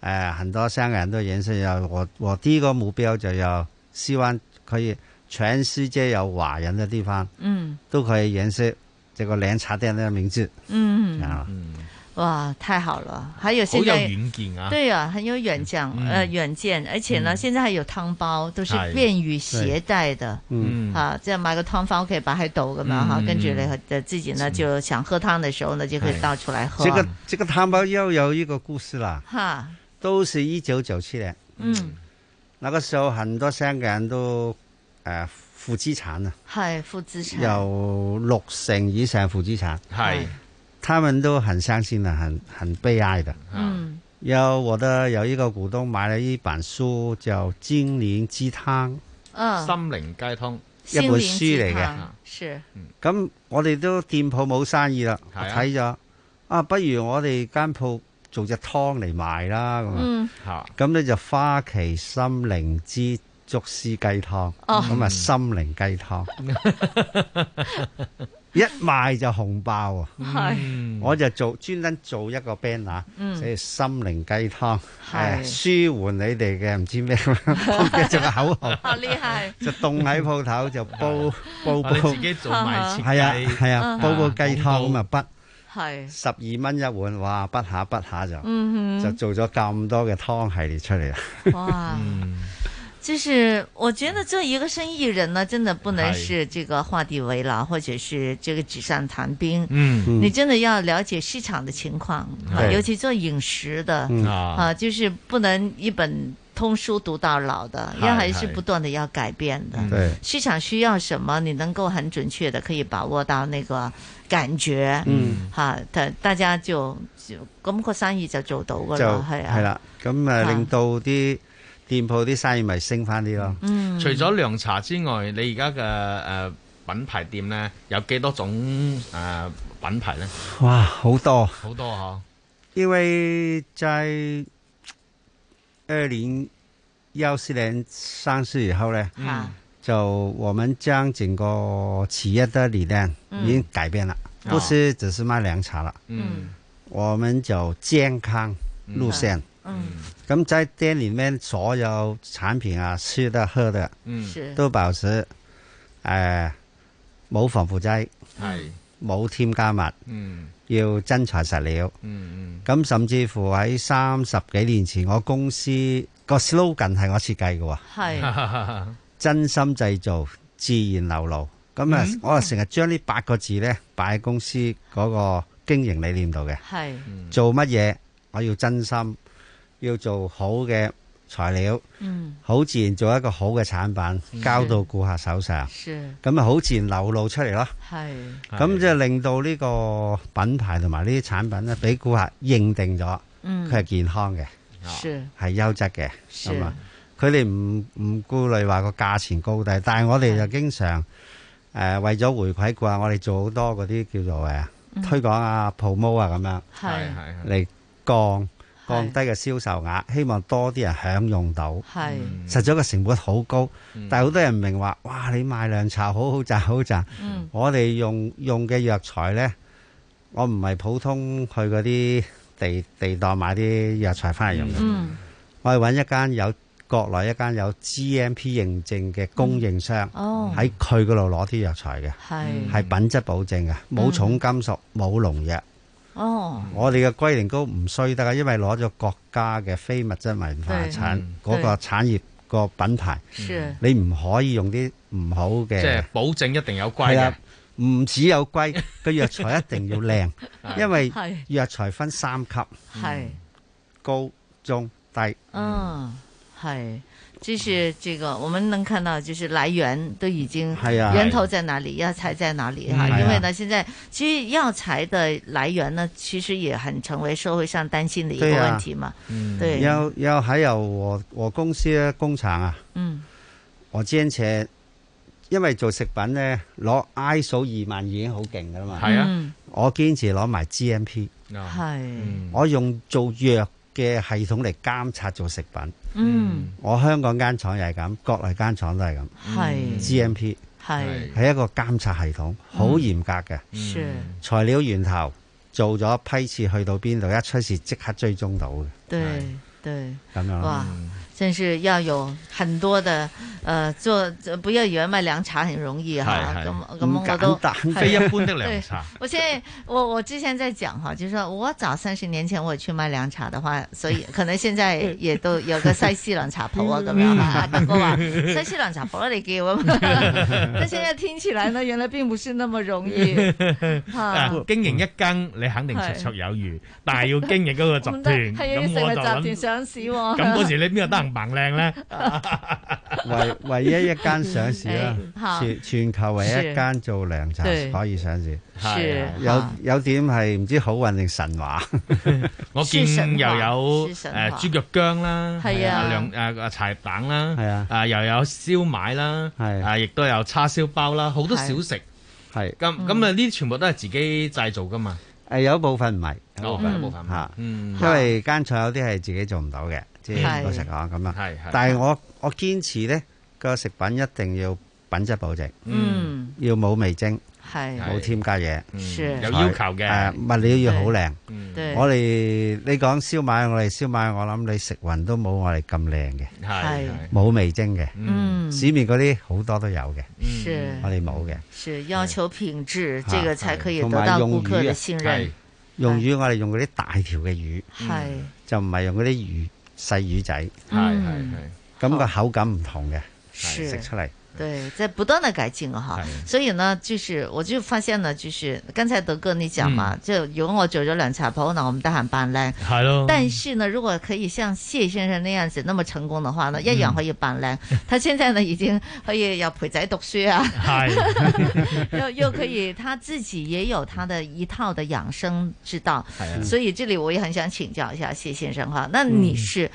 呃，很多香港人都认识要我我第一个目标就要希望可以全世界有华人的地方
嗯
都可以认识这个凉茶店的名字。
嗯，
啊，
哇，太好了！还有
好
现在
有远见啊
对啊，很有远见，
嗯
呃，远见，而且呢，现在还有汤包，都是
是
便于携带的。
嗯
啊，即系买个汤包可以摆喺度咁样哈，
嗯
跟住你去自己呢就想喝汤的时候呢，就可以倒出来喝。
这个这个汤包又有一个故事啦，
哈，
都是一九九七年，
嗯，
那个时候很多香港人都诶负资产啊，
系负资产。
有六成以上负资产，
是
他们都很伤心的，很很悲哀的。
嗯
有我的有一个股东买了一本书叫《精灵鸡汤》，
嗯
心靈雞湯，
一本書嚟嘅嗯
是，
咁我哋都店鋪冇生意啦，我
係啊
睇咗啊，不如我哋間鋪做隻湯嚟賣啦咁
嗯
啊。
咁咧就花旗心靈之竹絲雞湯，咁
哦
啊心靈雞湯，一賣就紅爆啊！
係
我就做專登做一個 banner，
嗯
寫心靈雞湯，
係
誒舒緩你哋嘅唔知
<laughs>
咩嘅仲有口號。
好厲啊害，
就凍喺鋪頭就煲煲煲，
啊你自己做埋設計
係啊係啊
嗯，
煲煲雞湯咁啊，筆
係
十二蚊一碗，哇，筆下筆下
嗯
就
哼
就做咗咁多嘅湯系列出嚟啦。
哇。
嗯
就是我觉得做一个生意人呢，真的不能是这个画地为牢，或者是这个纸上谈兵。
嗯嗯
你真的要了解市场的情况，啊
对
尤其做饮食的
嗯
啊，就是不能一本通书读到老的，
嗨
要还是不断的要改变的。
嗯
对
市场需要什么，你能够很准确的可以把握到那个感觉。
嗯，
哈，大大家就就咁個生意就做到
<laughs>
噶
就
啦，係啊，
係啦，咁
啊
啊令到啲店鋪啲生意咪升翻啲咯。
嗯
除咗涼茶之外，你而家嘅誒品牌店咧有幾多種誒、呃品牌咧？
哇，好多，
好多嗬，
因為在二零幺四年上市以後呢，
嗯
就我們將整個企業的理念
嗯
已經改變了，
哦
不是只是賣涼茶了，
嗯
我們走健康路線。
嗯
咁在店裏面所有產品啊，吃的喝的，
嗯是
都保持誒冇、防腐劑，
係
冇添加物，
嗯
要真材實料。
嗯
咁甚至乎喺三十幾年前，我公司個 slogan 係我設計嘅喎，
<laughs>
係
真心製造，自然流露。咁啊，
嗯
我啊成日將呢八個字呢擺喺公司嗰個經營理念度嘅。
係
做乜嘢，我要真心，要做好嘅材料，
嗯
好自然做一個好嘅產品，交到顧客手上，
是
咁啊好自然流露出嚟咯。
係哎
咁就令到呢個品牌同埋呢啲產品咧，俾顧客認定咗，
嗯
佢係健康嘅，
是
係優質嘅，
是
咁啊，佢哋唔唔顧慮話個價錢高低，但係我哋就經常誒、呃、為咗回饋顧客，我哋做好多嗰啲叫做誒
嗯
推廣啊、promo 啊咁樣。
係
嚟降
係
降低嘅銷售額，希望多啲人享用到。
係
實在個成本好高，
嗯
但係好多人唔明話，哇！你賣涼茶好好賺，好賺。
嗯
我哋用用嘅藥材呢，我唔係普通去嗰啲地地檔買啲藥材翻嚟用嘅，
嗯
我係揾一間有國內一間有 GMP 認證嘅供應商，
哦
喺佢嗰度攞啲藥材嘅，
係嗯
係品質保證嘅，冇重金屬，冇農藥。
哦
我哋嘅龜苓膏唔衰得噶，因為攞咗國家嘅非物質文化產
對嗯
嗰個產業個品牌，
是
你唔可以用啲唔好
即係
嘅，
保證一定 <laughs> 有龜
係
嘅，
啦，，唔只有
<laughs>
龜，個藥材一定要靚因為
係嗯
藥材分三級，
係
高、中、低。
嗯係。就是這個，我們能看到，就是來源都已經
係啊
源頭在哪裡，藥材在哪裡
嗯
哈。
係啊
因為呢，現在其實藥材的來源呢，其實也很成為社會上擔心的一個
對啊
問題嘛。對，
有有喺由我我公司嘅工廠啊，
嗯
我之前因為做食品咧，攞 ISO 二萬已經好勁噶啦嘛，
係啊啊嗯
我堅持攞埋 GMP。
係
我用做藥嘅系統嚟監察做食品。
嗯
我香港間廠又係咁，國內間廠都係咁。
係
GMP
係
係一個監察系統，好嚴格嘅。
嗯是
材料源頭做咗批次去到邊度，一出事即刻追蹤到嘅。
對對，
咁樣咯
哇，真是要有很多的，呃，做做不要以為賣涼茶很容易哈，
係係
啊咁
唔
咁我都
簡
<laughs>
單
係
非一般的涼茶
對我現在我我之前在講哈，就是說我早三十年前我去賣涼茶的話，所以可能現在也都有個西式涼茶鋪啊咁樣啦。啊大哥話西式涼茶鋪啦，你叫啊嘛，但現在聽起來呢，原來並不是那麼容易。
啊
啊經營一間你肯定綽綽有餘，但係要經營嗰個集團，
唔得，係要啊
咁
成為
我
集
就
團啊
諗，
上市喎。 <laughs>
咁嗰時你邊有得人扮靚咧？
唯唯一一間上市啦
<laughs> 嗯好，
全全球唯一間做涼茶
是
可以上市，
是
有
好
有點係唔知好運定神 <laughs> 話。
我見又有
是神話
誒豬腳姜啦，
係啊
涼誒誒柴蛋啦，
係啊，
啊又有燒賣啦，係啊，亦都有叉燒包啦，好多小食
係
咁
嗯
咁啊！呢啲全部都係自己製造噶嘛，
誒有部分唔係，
有部分哦有部分唔係
嚇，
嗯
因為間菜有啲係自己做唔到嘅，即係
係
老實講咁啊
係係。
但係我我堅持咧個食品一定要品質保證，
嗯，
要冇味精，
係
冇添加嘢，
是
材
有要
誒
求嘅
物料要好靚
嗯。對
我哋你講燒賣，我哋燒賣，我諗你食勻都冇我哋咁靚嘅，
係係
冇味精嘅，
嗯
市面嗰啲好多都有嘅，
是
我哋冇嘅。
是要求品质，
啊
这个才可以
同
得
埋
到
用
顾客
魚
的
啊
信任
係。用魚我哋用嗰啲大條嘅魚，
係
就唔係用嗰啲魚細魚仔，
係係
咁個口感唔同嘅，
嗯是
食出嚟。
对，在不断的改进啊
哎
哈。所以呢，就是我就发现呢，就是刚才德哥你讲嘛，
嗯
就如果我做咗涼茶鋪，呢，我唔得閒扮靚。
係咯
但是呢，如果可以像謝先生那樣子那麼成功的話
嗯
呢，一樣可以扮
<laughs>
靚。他現在呢，已經可以又陪仔讀書啊， <laughs> 又又可以他自己也有他的一套的養生之道
係。啊
所以这里我也很想請教一下謝先生哈，那
嗯
你是？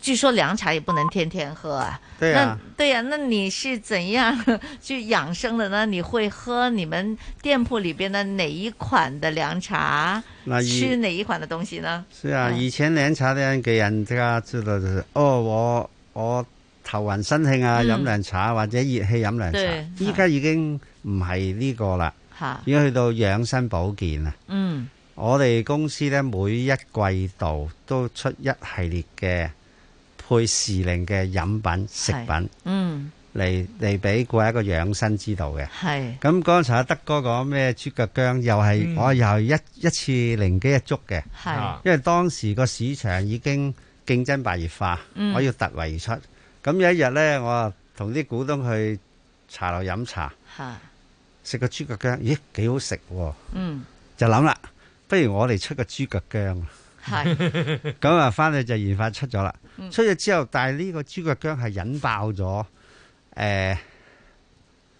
据说涼茶也不能天天喝啊，
对啊
那对呀、那你是怎样去养生的呢？你会喝你们店铺里边的哪一款的凉茶？
那一
吃哪一款的东西呢？
所以啊，以前涼茶咧嘅人即刻知道就是，哦，我我頭暈身慶啊，
嗯
飲涼茶或者熱氣飲涼
對
茶。依家已經唔係呢個啦，
哈，
已經去到養生保健啊。
嗯，
我哋公司咧每一季度都出一系列嘅配時令嘅飲品食品。
嗯，
嚟嚟俾顧客一個養生之道嘅。
係
咁剛才阿德哥講咩豬腳姜，又係、
嗯
我又係一一次靈機一觸嘅。
係
因為當時個市場已經競爭白熱化，
嗯
我要突圍而出。咁有一日呢，我啊同啲股東去茶樓飲茶，
哈，
食個豬腳姜，咦幾好食喎！
嗯，
就諗啦，不如我哋出個豬腳姜啊。
<laughs> 係
咁啊，翻去就研發出咗啦
嗯。
出咗之後，但係呢個豬腳姜係引爆咗誒、呃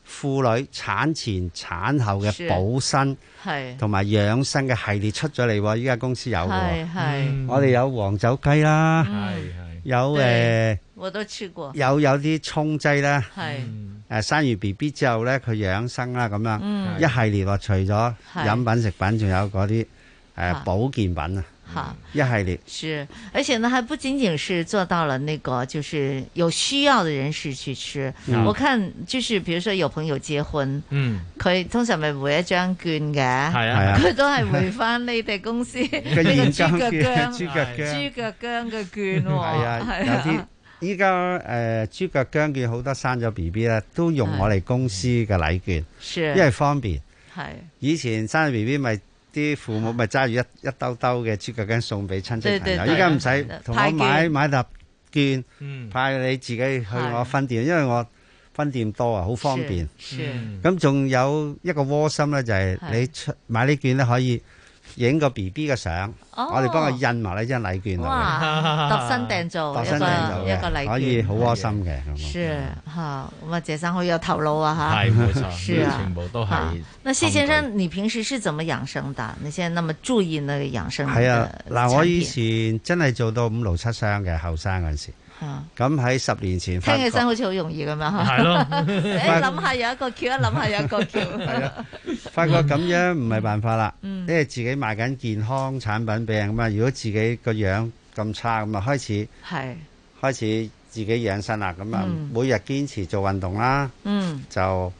婦女產前產後嘅
是
補身
係
同埋養生嘅系列出咗嚟喎。依家公司有嘅
係
喎，
係嗯
我哋有黃酒雞
啊
啦，有誒、
對我都吃過，
有有啲葱劑啦，
係
誒呃生完 B B 之後咧，佢養生啦咁樣，
嗯
一系列喎，除咗
係
飲品食品，仲有嗰啲誒保健品啊，
哈。
一系列。
是，而且呢，还不仅仅是做到了那个，就是有需要的人士去吃。
嗯
我看就是，比如说有朋友结婚，
嗯，
佢通常咪回一張券嘅，
係啊
佢都係回翻你哋公司
嘅現金
呢個
嘅
豬
豬腳
腳姜、
姜
豬腳姜嘅券喎，
係啊，有啲依家誒豬腳姜券好多生咗 B B 咧，都用我哋公司嘅禮券，
是
因為方便。
係
以前生咗 B B 咪啲父母咪揸住一一兜兜嘅豬腳姜送俾親
對
戚朋
對
友，
對
依家唔使同
派
我
券
買買沓券
嗯，
派你自己去
係
我分店，因為我分店多啊，好方便。
是是
咁仲有一個窩心咧，就係
係
你出買呢券咧可以影個 B B 嘅相，
哦
我哋幫佢印埋呢張禮券度嘅。
哇，度身訂造
度
一
身訂造
個一
嘅
個禮券，
可以好窩心嘅。
是哈，我们謝生好有頭腦啊哈，
係冇錯
是啊，
全部都係
哈那謝先生，你平時是怎麼養生的？你現在那麼注意那個養生的
係啊，
產
嗱，
嗯品
我以前真係做到五勞七傷嘅後生嗰陣時，
啊
咁喺十年前
聽
發
起
覺
身好似好容易咁樣哈，
係咯
<laughs> 誒諗下有一個橋，一諗下有一個橋，係啊，
發覺咁樣唔係辦法啦，
嗯
因為自己賣緊健康產品俾人咁嘛，啊如果自己個樣咁差咁啊，開始
係，
開始自己養生啦，咁啊
嗯
每日堅持做運動啦，
嗯
就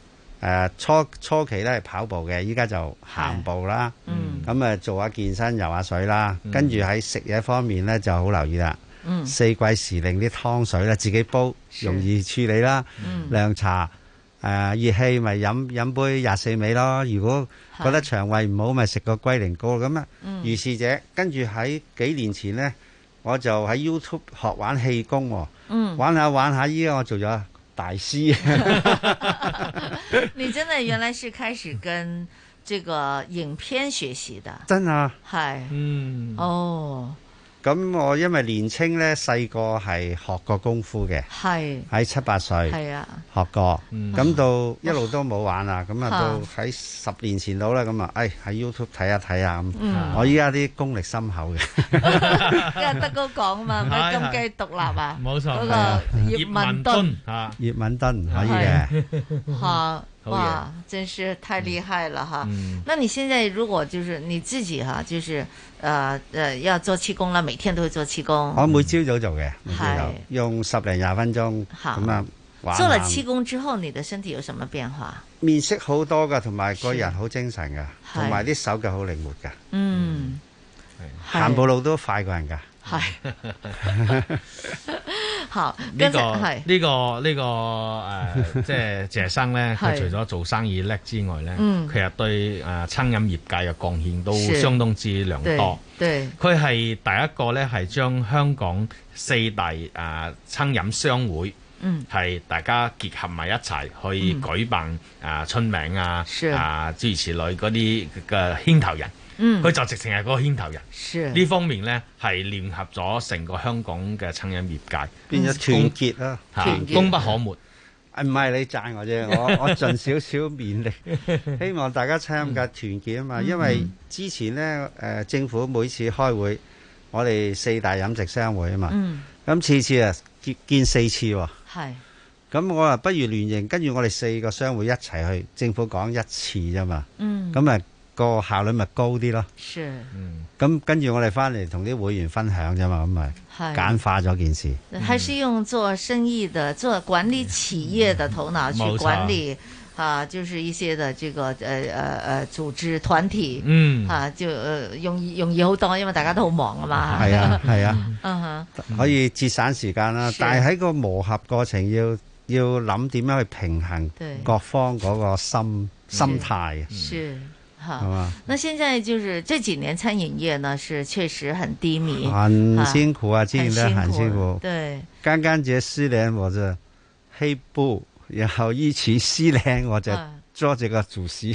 誒初初期咧係跑步嘅，依家就行步啦。
嗯
咁啊做下健身、游下水啦，跟住喺食嘢方面咧就好留意啦。
嗯
四季時令啲湯水咧自己煲，容易處理啦。
嗯
涼茶呃誒熱氣咪飲飲杯廿四味咯。如果覺得腸胃唔好，咪食個龜苓膏咁啊。
嗯
如是者，跟住喺幾年前咧，我就喺 YouTube 學玩氣功喎。
嗯
玩下玩下，依家我做咗大師。 <laughs>
<laughs> 你真的原來是開始跟這個影片學習的，
真啊！
係，
嗯，
哦，
咁我因為年青咧，細個係學過功夫嘅，
係
喺七八歲
係啊
學過，
嗯
咁到一路都冇玩啦，
<laughs>
咁啊
啊
到喺十年前到啦，咁啊，誒喺 YouTube 睇下睇下
嗯
咁，我依家啲功力深厚
<laughs>
嘅。
因為得嗰個講嘛，唔係金雞獨立啊，
冇錯
嗰
係啊
個葉問敦
啊，
葉問敦可以
係
嘅。
哈，
好嘢
哇，真是太厉害了哈！
嗯
那你现在如果就是你自己哈，就是呃呃要做气功了，每天都会做气功，
我每朝早做嘅，每朝
係
早用十零廿分鐘
好
咁啊玩
做了
下
气功之后，你的身体有什么变化？
面色好多噶，同埋個人好精神噶，
係
同埋啲手腳好靈活噶，
嗯，係
行步路都快過人噶。
係 <laughs> 好，
呢、
跟
個
才
呢
係、
個呢、個誒、呃即係謝生
<laughs>
咧，佢
係
除咗做生意叻之外咧，
嗯
佢又對誒餐飲業界嘅貢獻都
是
相當之良
對
哦
多。
對，
佢係第一個咧，係將香港四大誒、呃、餐飲商會。
嗯
係大家結合埋一齊去
嗯
舉辦啊、春名啊
是
啊諸如此類嗰啲嘅牽頭人，
嗯
佢就直情係嗰個牽頭人。
是
呢方面呢，係聯合咗成個香港嘅餐飲業界，嗯
變咗團結啦，
功嚇功不可沒。
啊唔係你讚我啫，我
<laughs>
我盡少少勉力，希望大家參加團結啊嘛。嗯因為之前呢，誒、政府每次開會，我哋四大飲食商會啊嘛，
嗯
咁次次啊見見四次喎、
係
咁我話不如聯營，跟住我哋四個商會一齊去，政府講一次啫嘛。
嗯
咁啊個效率咪高啲咯。
是，
咁跟住我哋翻嚟同啲會員分享啫嘛，咁咪
係
簡化咗件事。
还是用做生意的、做管理企业的头脑去
冇錯
管理啊，就是一些的这个呃呃呃组织团体，
嗯
啊就呃容易容易好多，因为大家都好忙
<laughs>
啊嘛，
係啊係啊，
<laughs> 嗯哼，
可以節省時間啦
是。
但係喺個磨合過程要要諗點樣去平衡
對嗯
各方嗰個心心態，啊
是哈。
係嘛？
那现在就是这几年餐饮业呢，是确实很低迷，
很
啊
辛苦啊，之
很
前
辛
都很
苦，
辛苦。
对，
剛剛這失戀我就黑布，然後依次失戀我就
啊
做這個主席。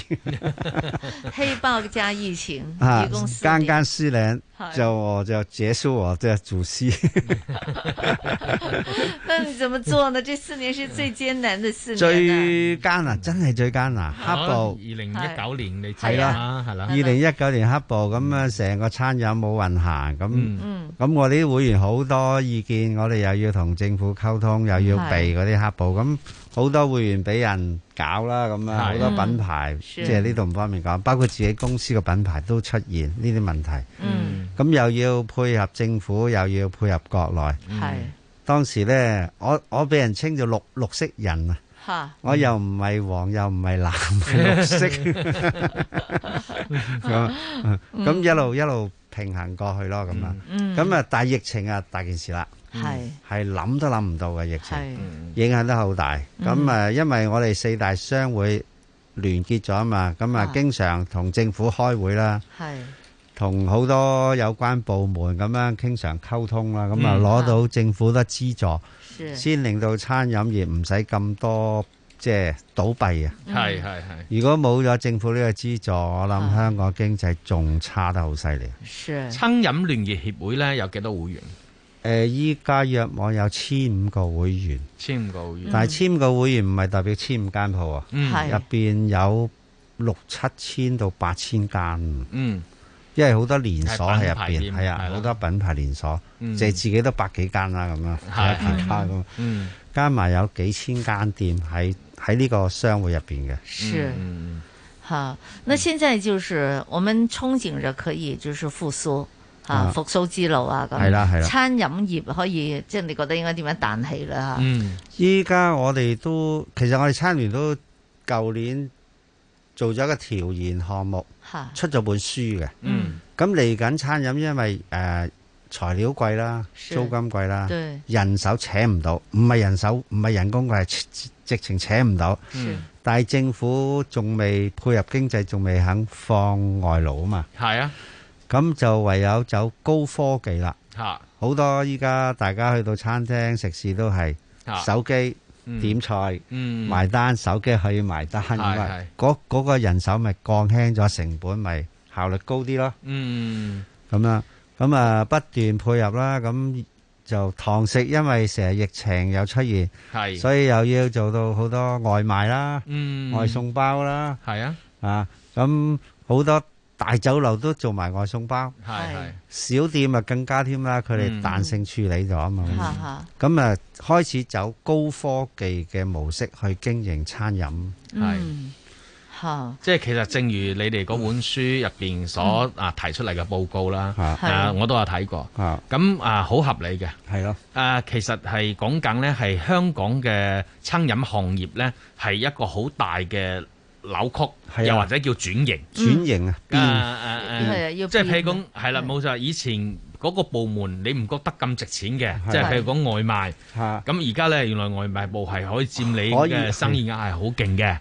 <laughs> 黑豹加疫情，
啊
一共四，
剛
年
剛失戀
係啊
就我就結束我的主
<laughs>
席。
那你怎么做呢？这四年是最艰难的四年啊。
最艱難，真係最艱難，黑
二
暴。
零一九年你知
係啊
啦，係啦，
二零一九年黑暴咁啊，成個餐飲冇運行，咁
嗯
咁我哋啲會員好多意見，我哋又要同政府溝通，又
嗯
要避嗰啲黑暴，咁好多會員俾人搞啦，咁啊好
係
多品牌，
是
即係呢度唔方便講，包括自己公司嘅品牌都出現呢啲問題。
嗯，
咁又要配合政府，又要配合國內。
係
當時呢，我我俾人稱做綠綠色人啊。
吓，
我又唔係黃，又唔係藍，係綠色
嗯
咁咁一路一路平衡過去咯，咁啊，
嗯
咁啊，但係疫情啊，大件事啦，
係
係諗都諗唔到嘅疫
係
情，
嗯
影響得好大。咁啊，因為我哋四大商會聯結咗啊嘛，咁啊
啊，
經常同政府開會啦，
係
同好多有關部門咁樣經常溝通啦，咁啊
嗯
攞到政府多資助。
是
先令到餐飲業唔使咁多即係倒閉啊！
嗯
係係係
如果冇咗政府呢個資助，我
啊
諗香港經濟仲差得好犀利。
是
餐飲聯業協會咧有幾多會員？
誒，依家約我有千五個會員，
千五個會員，
但係千五個會員唔係代表千五間鋪啊，
嗯係
入邊有六七千到八千間，
嗯，
因為好多連鎖喺入
係
邊，
品牌店
係
係
啊，
啦
好多品牌連鎖，
嗯
就係自己都百幾間啦咁啊，
係
百幾間咁。
嗯
加埋有幾千間店喺喺呢個商會入邊嘅。
是
嗯
好，那现在就是我们憧憬着可以就是復甦啊
啊，
復甦之路啊咁。
係啦係啦
餐飲業可以即係你覺得應該點樣彈起啦？嚇
嗯，依家我哋都其實我哋參聯都舊年做咗一個調研項目，
嚇
出咗本書嘅。
嗯，
咁嚟緊餐飲，因為誒、呃材料貴啦，
是
租金貴啦
對，
人手請唔到，唔係人手，唔係人工貴，係直直情請唔到。
是
但係政府仲未配合經濟，仲未肯放外勞啊嘛。
係啊，
咁就唯有走高科技啦。
嚇
好多依家大家去到餐廳食肆都係
啊
手機
嗯
點菜、
嗯
埋單，手機可以埋單咁啊
係！
嗰嗰個人手咪降輕咗成本，咪效率高啲咯。
嗯
咁啦，咁啊不斷配合啦，咁就堂食因為成日疫情又出現，
係
所以又要做到好多外賣啦、
嗯
外送包啦，
係啊，
啊咁好多大酒樓都做埋外送包，
係係
小店啊更加添啦，佢哋
嗯
彈性處理咗啊嘛。
哈哈
咁啊，開始走高科技嘅模式去經營餐飲。
嗯，好，
即係其實正如你哋嗰本書入邊所啊提出嚟嘅報告啦，啊
嗯係
我都有睇過，
啊
咁啊好合理嘅，
係咯，
啊其實係講緊呢，係香港嘅餐飲行業呢，係一個好大嘅扭
係啊
曲，又或者叫轉型，
轉型啊，
啊
變
啊
係啊
啊
要
即係譬如
變
講係啦，冇錯，以前嗰個部門你唔覺得咁值錢嘅，
係
即係譬如講外賣，
嚇
咁而家咧原來外賣部係可以佔你
可以
嘅生意額係好勁嘅。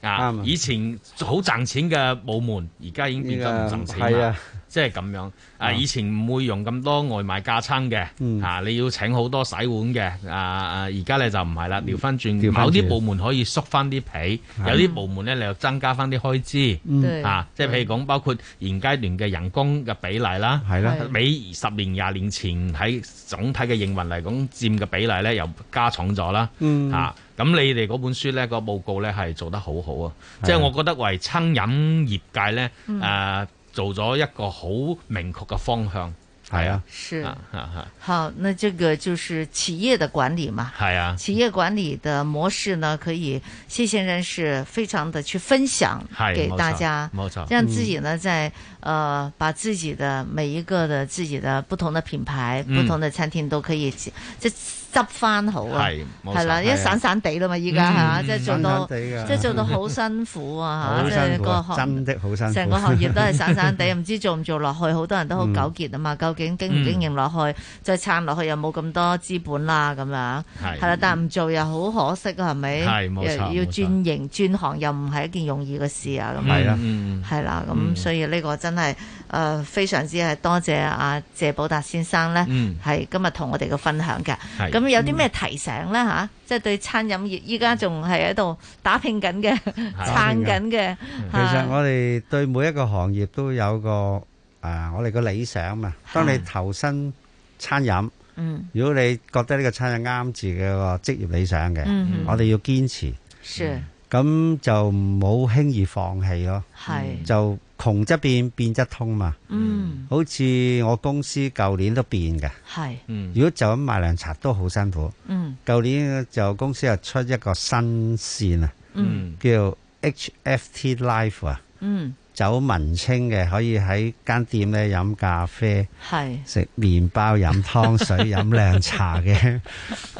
啊！以前好賺錢嘅部門，而家已經變咗唔賺錢
係
啦
啊，
即係咁樣。啊！
啊
以前唔會用咁多外賣架撐嘅，
嗯
啊你要請好多洗碗嘅，啊啊而家咧就唔係啦，調翻轉，
嗯調返轉
某啲部門可以縮翻啲皮，
係
有啲部門咧你又增加翻啲開支。
嗯對
啊，即係譬如講，包括現階段嘅人工嘅比例啦，
係啦係
比十年廿年前喺總體嘅營運嚟講佔嘅比例咧又加重咗啦，
嗯
啊，咁你哋嗰本書咧個報告咧係做得好好啊，
係
即係我覺得為餐飲業界咧誒、
嗯
呃做咗一個好明確嘅方向，
係啊，
是
啊啊
好，那这个就是企業的管理嘛。
係啊，
企業管理的模式呢，可以谢先生是非常的去分享
是
给
没
大
错
家
没错，
让自己呢在呃把自己的每一个的自己的不同的品牌、
嗯
不同的餐廳都可以即即執翻好啊，
是没错
係啦，
是
因為散散地啦嘛，依家嚇
嗯
即係做到
散散地㗎
即係做到好辛苦啊
好
嚇，即
辛
係
苦
個
啊，
行
真的好辛苦。
成個行業都係散散地，唔知做唔做落去，好多人都好糾結啊嘛。究竟經唔經營落去，再撐落去又冇咁多資本啊啦，咁樣
係
係啦。但唔做又好可惜啊，係咪？
係冇錯
又要
冇錯
轉型轉行又唔係一件容易嘅事啊，咁樣
係啊
嗯
係啦。
嗯
咁所以呢個真係誒非常之係多啊謝阿謝寶達先生咧
嗯，
係今日同我哋嘅分享嘅。
係
咁有啲咩提醒咧嚇？即係對餐飲業依家仲係喺度打拼緊嘅、 <laughs> 撐緊嘅，
其實我哋對每一個行業都有個啊，我哋個理想嘛。當你投身餐飲，
嗯
如果你覺得呢個餐飲啱自己個職業理想嘅
嗯，
我哋要堅持，
是。
咁就唔好輕易放棄咯。
係
就窮則變，變則通嘛。
嗯，
好似我公司舊年都變嘅，
係，
如果就咁賣涼茶都好辛苦。
嗯
舊年就公司又出一個新線啊，
嗯
叫 HFT Life 啊。
嗯，
走文青嘅，可以喺間店咧飲咖啡、
係
食麵包、飲湯水、飲涼茶
<laughs>
嘅，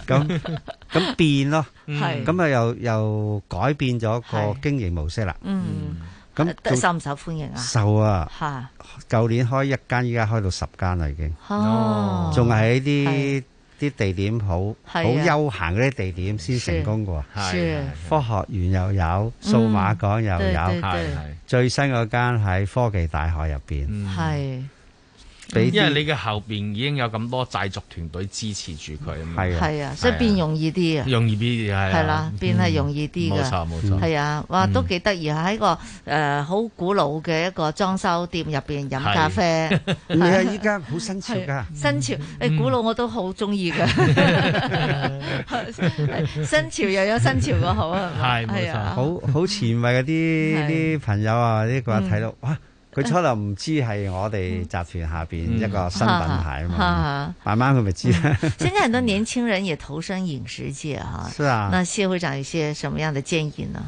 咁咁變咯，
係
咁啊又又改變咗個
係
經營模式啦。
嗯，
咁
得
做
受唔受歡迎啊？
受啊，
嚇，
舊年開一間，依家開到十間啦已經，
哦
仲係喺啲啲地點好好
係啊
休閒嗰啲地點先成功嘅
是是
喎。科學園又有，數碼港又
對對對
有，最新嗰間喺科技大學入邊。
係
俾
因為
啲
你嘅後邊已經有咁多製作團隊支持住佢啊嘛，
係
係啊，所以變容易啲啊。
容易啲係啊
係啦，變係容易啲
冇
㗎，
錯冇錯
係啊，哇，
嗯
都幾得意啊！喺個誒好古老嘅一個裝修店入邊飲
<laughs>
咖啡，
唔係啊，依家好新潮㗎。
啊新潮誒古老我都好中意㗎，新潮又有新潮嘅好啊，係咪？係啊，
好好前衛嗰啲
係
啲朋友啊，呢個
嗯
睇到哇，佢初頭唔知係我哋集團下
嗯
邊一個嗯新品牌啊嘛，慢慢佢咪知啦。 <laughs>
现在很多年轻人也投身饮食界哈、
是啊
那谢会长有些什么样的建议呢？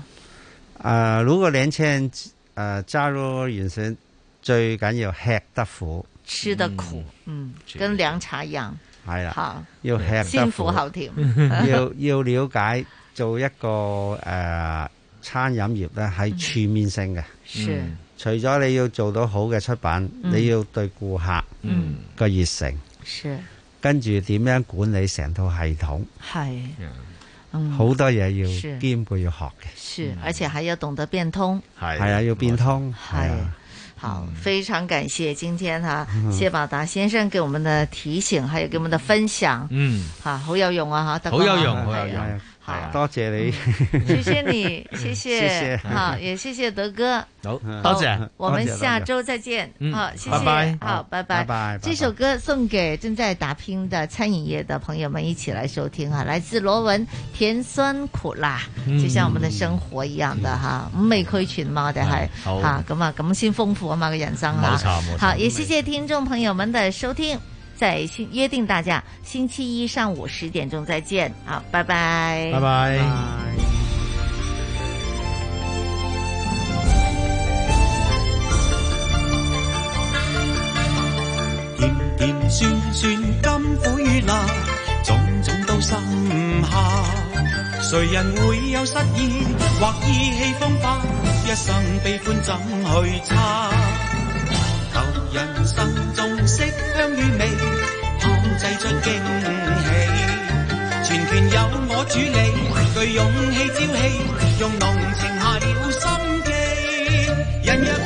誒，啊如果呃年輕人誒加入原先最緊要吃得苦，
吃得苦，嗯，跟涼茶一樣，
嗯
係啦
好，
要哎吃得苦
先苦
<laughs>
後甜 <laughs>
要要了解做一個誒餐飲業咧係全面性嘅，
嗯是
嗯除咗你要做到好嘅出品，
嗯
你要對顧客
嗯
個熱誠。
是
跟住點樣管理成套系統，
係，嗯，
好多嘢
是
要兼顧要學嘅，
是，而且還要懂得變通，
係
係啊，要變通，係啊。
好，非常感謝今天哈、
嗯
謝寶達先生給我們的提醒，還有給我們的分享，
嗯，
吓好有用啊吓，
好有用
係啊
好有用
好，
多謝你，
嗯
<laughs>
谢谢你，谢
謝謝嗯
好，也谢谢德哥。
嗯好，多謝，
我们下周再见
嗯。
好，谢
拜拜
谢，好，拜
拜拜拜
这首歌送给正在打拼的餐饮业的朋友们，一起来收听哈，来自罗文《甜酸苦辣》，
嗯
就像我们的生活一樣的哈，五味俱全嘛，我哋係
好
嚇咁啊，咁先豐富啊嘛嘅人生
冇
嚇。
錯冇錯
好，也謝謝聽眾朋友們的收聽，在星約定大家星期一上午十點鐘再見。好，拜拜，
拜拜。
甜甜酸酸，甘苦與辣，種種都心下。誰人會有失意或意氣風發？一生悲歡怎去差？求人生中色香與味，炮製出驚喜。全權由我主理，具勇氣朝氣，用濃情下了心機。人若